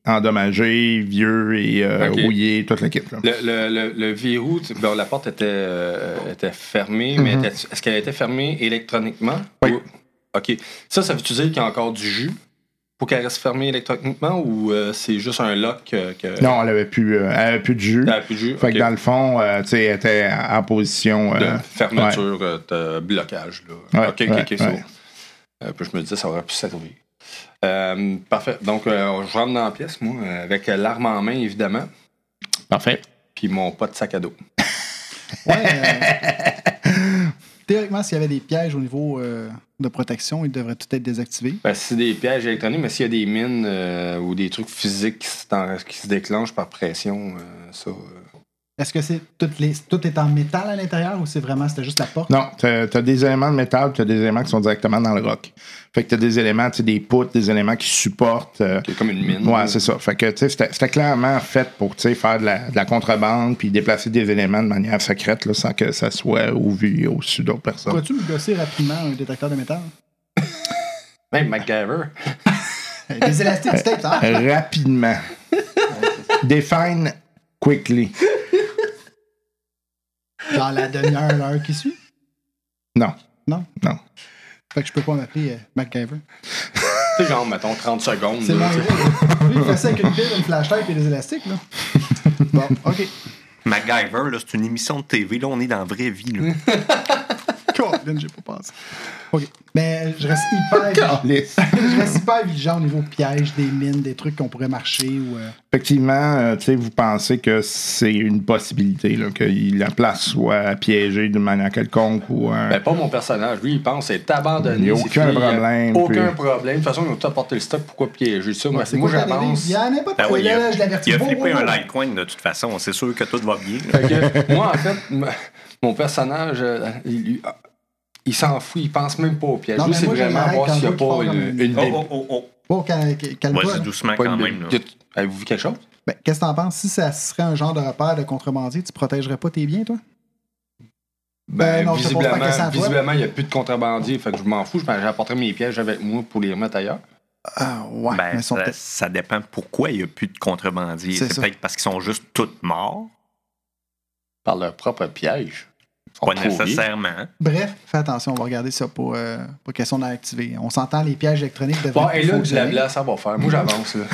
C: est endommagé, vieux et euh,
E: OK.
C: rouillé, toute la kit. Là.
E: Le, le, le, le verrou, tu- bon, la porte était, euh, était fermée, mais était- est-ce qu'elle était fermée électroniquement?
C: Oui.
E: Ou- OK. Ça, ça veut-tu dire qu'il y a encore du jus pour qu'elle reste fermée électroniquement ou euh, c'est juste un lock euh, que...
C: Non, elle avait plus, euh, elle avait plus de jus.
E: Elle a plus de jus.
C: Fait
E: Ah, OK.
C: que dans le fond, euh, tu sais, elle était en position.
E: de
C: euh,
E: fermeture, euh, de blocage. Là.
C: Ouais,
E: ok,
C: ouais,
E: ok, ok, ça
C: ouais.
E: va. Euh, puis je me disais, ça aurait pu servir. Euh, parfait. Donc, euh, je rentre dans la pièce, moi, euh, avec l'arme en main, évidemment,
C: Parfait.
E: puis mon pas de sac à dos.
F: Ouais, euh, théoriquement, s'il y avait des pièges au niveau euh, de protection, ils devraient tout être désactivés.
E: Ben, c'est des pièges électroniques, mais s'il y a des mines euh, ou des trucs physiques qui se, t'en- qui se déclenchent par pression, euh, ça. euh,
F: Est-ce que c'est toutes les, tout est en métal à l'intérieur ou c'est vraiment c'était juste la porte?
B: Non, t'as as des éléments de métal, t'as des éléments qui sont directement dans le roc. Fait que t'as des éléments, tu sais, des poutres, des éléments qui supportent. euh,
E: c'est comme une mine.
B: Ouais, c'est ça. Fait que, tu sais, c'était c'était clairement fait pour, tu sais, faire de la, de la contrebande puis déplacer des éléments de manière secrète, là, sans que ça soit au vu et au su d'autres personnes.
F: Pourrais-tu me gosser rapidement un détecteur de métal?
E: Même MacGyver.
F: Euh, Des élastiques du tape, hein?
B: Rapidement. Define quickly.
F: Dans la demi-heure, l'heure qui suit.
B: Non.
F: Non.
B: Non.
F: Fait que je peux pas m'appeler euh, MacGyver.
E: C'est genre, mettons, 30 secondes.
F: C'est
E: là,
F: mon
E: tu sais.
F: idée. Lui, il fait ça avec une pile, une flashlight et des élastiques, là. Bon, OK.
D: MacGyver, là, c'est une émission de TV. Là, on est dans la vraie vie. Là.
F: Colin, j'ai pas pensé. OK. Mais je reste hyper...
B: Lisse.
F: je reste hyper vigilant au niveau piège, des mines, des trucs qu'on pourrait marcher ou... euh,
B: Effectivement, euh, tu sais, vous pensez que c'est une possibilité, là, que il- la place soit piégée d'une manière quelconque ou un.
E: Ben, pas mon personnage. Lui, il pense, c'est abandonné.
B: Il y a
E: c'est
B: aucun
E: fini, il y a
B: problème,
E: Aucun
B: puis-
E: problème. De toute façon, ils ont tout apporté le stock. Pourquoi piéger ça? Moi,
F: c'est
E: moi,
F: quoi ta dérive?
E: j'avance.
F: Il y en a pas de
D: Ben oui, il
F: là,
D: a,
F: je l'avertis.
D: il a
F: Wow,
D: flippé
F: wow,
D: un
F: wow.
D: Litecoin de toute façon. C'est sûr que tout va bien. là.
E: Fait que, moi, en fait, m- mon personnage, euh, il, il- il s'en fout, il pense même pas au piège.
F: Non,
E: Lui,
F: mais
E: c'est
F: moi, je
E: vraiment
F: l'arrête
E: voir
F: quand
E: s'il n'y a
F: l'autre
E: pas
F: parle
E: une,
F: comme
E: une,
F: une-
E: dé-
D: Oh, oh, oh,
F: Bon, cal- cal-
D: oh.
F: calme-toi.
D: Vas-y
F: là.
D: doucement
E: pas
D: quand
E: une-
D: même. là.
E: de- Avez-vous vu quelque chose?
F: Ben, qu'est-ce que t'en penses? Si ça serait un genre de repère de contrebandier, tu protégerais pas tes biens, toi?
E: Ben,
F: non, je te pose pas
E: visiblement,
F: la question à toi.
E: visiblement, il n'y a plus de contrebandiers. Fait que je m'en fous, je m'en- j'apporterai mes pièges avec moi pour les remettre ailleurs.
F: Ah, ouais.
D: Ben,
F: mais ils sont
D: ça,
F: peut-être-
D: ça dépend pourquoi il n'y a plus de contrebandiers.
F: C'est
D: C'est
F: ça.
D: peut-être parce qu'ils sont juste tous morts.
E: Par leur propre piège. Ils sont
D: Pas
E: pourris.
D: nécessairement.
F: Bref, fais attention, on va regarder ça pour, euh, pour question d'activer. On s'entend, les pièges électroniques devraient.
E: Bon, et là, du
F: fonctionner.
E: blabla, ça va faire. Moi, j'avance, là.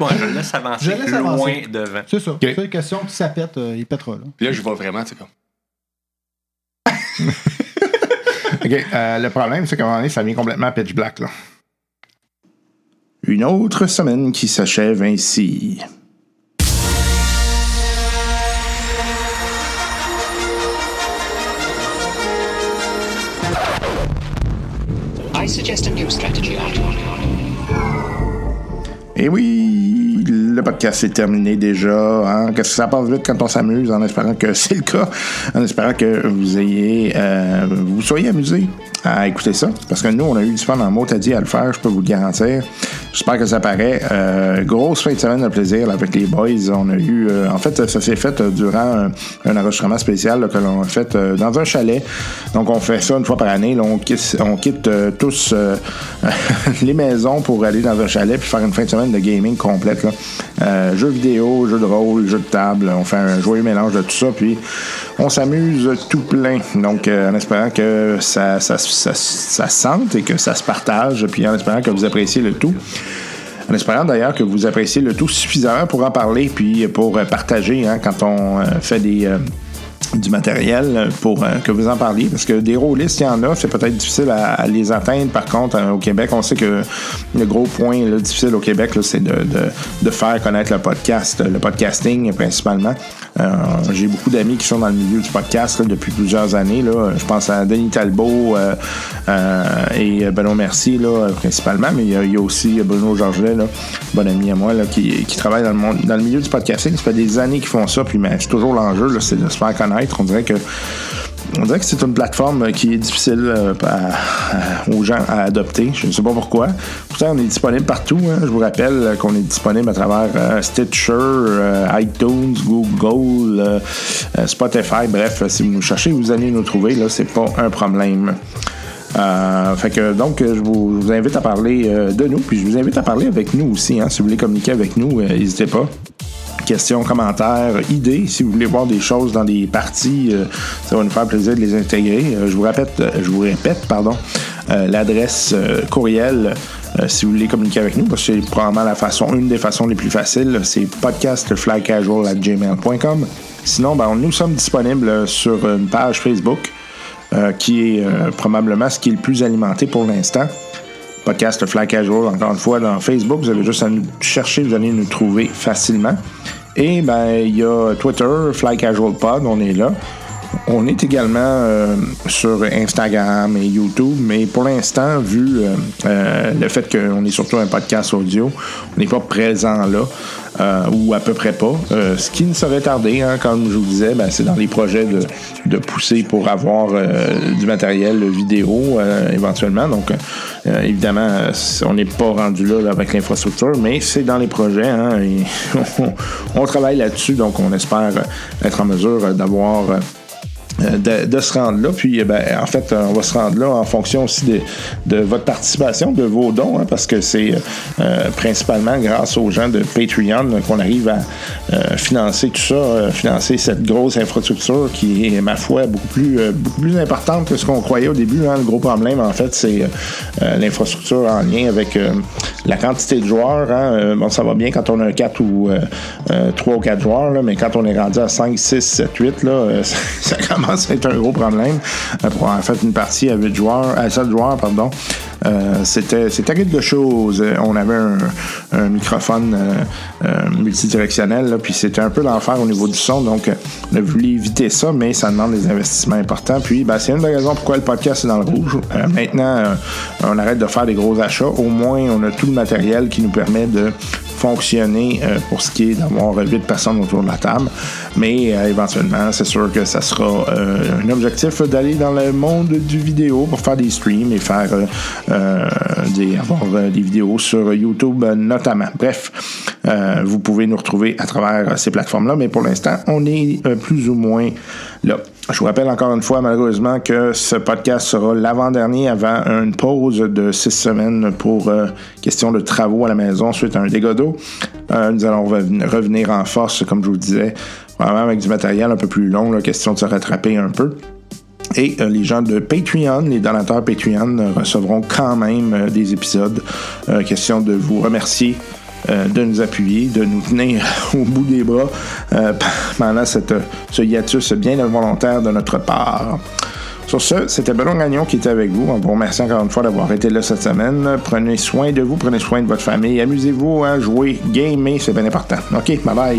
D: Bon, je le laisse avancer
F: Je le laisse
D: loin
F: avancer.
D: devant.
F: C'est ça. C'est une question, si ça pète, euh, il pètera. Là.
E: Puis là, je vais vraiment, c'est comme.
B: OK, euh, le problème, c'est qu'à un moment donné, ça vient complètement pitch black, là. Une autre semaine qui s'achève ainsi.
G: I suggest a new strategy, Arthur.
B: Et Eh oui, le podcast est terminé déjà. Hein? Qu'est-ce que ça passe vite quand on s'amuse, en espérant que c'est le cas, en espérant que vous ayez, euh, vous soyez amusés à écouter ça, parce que nous, on a eu du fun en mot à dire à le faire, je peux vous le garantir. J'espère que ça paraît. Euh, grosse fin de semaine de plaisir là, avec les boys. On a eu, euh, en fait, ça s'est fait euh, durant un, un enregistrement spécial là, que l'on a fait euh, dans un chalet. Donc, on fait ça une fois par année. Là, on quitte, on quitte euh, tous euh, les maisons pour aller dans un chalet puis faire une fin de semaine de gaming complète. là. Euh, jeux vidéo, jeux de rôle, jeux de table. On fait un joyeux mélange de tout ça. Puis, on s'amuse tout plein. Donc, euh, en espérant que ça, ça, ça, ça se sente et que ça se partage. Puis, en espérant que vous appréciez le tout. En espérant d'ailleurs que vous appréciez le tout suffisamment pour en parler, puis pour euh, partager hein, quand on euh, fait des, euh, du matériel euh, pour euh, que vous en parliez. Parce que des rôlistes, il y en a, c'est peut-être difficile à, à les atteindre. Par contre, hein, au Québec, on sait que le gros point là, difficile au Québec, là, c'est de, de- de faire connaître le podcast, le podcasting principalement. Euh, J'ai beaucoup d'amis qui sont dans le milieu du podcast là, depuis plusieurs années. Là. Je pense à Denis Talbot euh, euh, et Benoît Mercier là, principalement, mais il y a, il y a aussi Bruno Georgelet, là, bon ami à moi, là, qui, qui travaille dans le, monde, dans le milieu du podcasting. Ça fait des années qu'ils font ça, puis mais c'est toujours l'enjeu, là, c'est de se faire connaître. On dirait que on dirait que c'est une plateforme qui est difficile euh, à- à- aux gens à adopter. Je ne sais pas pourquoi. Pourtant, on est disponible partout. hein. Je vous rappelle euh, qu'on est disponible à travers euh, Stitcher, euh, iTunes, Google, euh, euh, Spotify. Bref, euh, si vous nous cherchez, vous allez nous trouver. Là, c'est pas un problème. Euh, fait que donc euh, je vous, je vous invite à parler euh, de nous, puis je vous invite à parler avec nous aussi. hein. Si vous voulez communiquer avec nous, euh, n'hésitez pas questions, commentaires, idées. Si vous voulez voir des choses dans des parties, euh, ça va nous faire plaisir de les intégrer. Euh, je vous répète, euh, je vous répète, pardon, euh, l'adresse euh, courriel. euh, si vous voulez communiquer avec nous, parce que c'est probablement la façon, une des façons les plus faciles, c'est podcastflycasual@gmail.com. Sinon, ben, nous sommes disponibles euh, sur une page Facebook euh, qui est euh, probablement ce qui est le plus alimenté pour l'instant podcast Fly Casual, encore une fois, dans Facebook. Vous avez juste à nous chercher, vous allez nous trouver facilement. Et ben, il y a Twitter, Fly Casual Pod, on est là. On est également euh, sur Instagram et YouTube, mais pour l'instant, vu euh, euh, le fait qu'on est surtout un podcast audio, on n'est pas présent là, euh, ou à peu près pas. Euh, ce qui ne serait tardé, hein, comme je vous disais, ben, c'est dans les projets de, de pousser pour avoir euh, du matériel vidéo euh, éventuellement. Donc, euh, évidemment, euh, c- on n'est pas rendu là, là, avec l'infrastructure, mais c'est dans les projets. hein, et on, on travaille là-dessus, donc on espère euh, être en mesure euh, d'avoir. euh, euh, de, de se rendre là. Puis, eh ben, en fait, euh, on va se rendre là en fonction aussi de, de votre participation, de vos dons, hein, parce que c'est euh, principalement grâce aux gens de Patreon euh, qu'on arrive à euh, financer tout ça, euh, financer cette grosse infrastructure qui est, ma foi, beaucoup plus, euh, beaucoup plus importante que ce qu'on croyait au début. hein. Le gros problème, en fait, c'est euh, euh, l'infrastructure en lien avec euh, la quantité de joueurs. hein. Euh, bon, ça va bien quand on a 4 ou 3 ou 4 joueurs, là, mais quand on est rendu à 5, 6, 7, 8, là, euh, ça, ça commence à être un gros problème. Euh, pour en fait une partie à 8 joueurs, à 7 joueurs, pardon. euh, c'était, c'était quelque chose. Euh, On avait un, un microphone euh, euh, multidirectionnel, là, puis c'était un peu l'enfer au niveau du son, donc euh, on a voulu éviter ça, mais ça demande des investissements importants. Puis ben, c'est une des raisons pourquoi le podcast est dans le rouge. Euh, maintenant, euh, on arrête de faire des gros achats. Au moins, on a tout le matériel qui nous permet de fonctionner euh, pour ce qui est d'avoir 8 personnes autour de la table. Mais euh, éventuellement, c'est sûr que ça sera euh, un objectif d'aller dans le monde du vidéo pour faire des streams et faire euh, euh, des, avoir euh, des vidéos sur YouTube euh, notamment. Bref, euh, vous pouvez nous retrouver à travers euh, ces plateformes-là, mais pour l'instant, on est euh, plus ou moins là. Je vous rappelle encore une fois, malheureusement, que ce podcast sera l'avant-dernier avant une pause de six semaines pour euh, question de travaux à la maison suite à un dégât d'eau. Euh, nous allons reven- revenir en force, comme je vous disais, probablement avec du matériel un peu plus long, là, question de se rattraper un peu. Et euh, les gens de Patreon, les donateurs Patreon, euh, recevront quand même euh, des épisodes. Euh, question de vous remercier. euh, de nous appuyer, de nous tenir au bout des bras euh, pendant cette, euh, ce hiatus bien involontaire de notre part. Sur ce, c'était Benoît Gagnon qui était avec vous. On vous remercie encore une fois d'avoir été là cette semaine. Prenez soin de vous, prenez soin de votre famille. Amusez-vous à jouer, gamer, c'est bien important. OK, bye bye.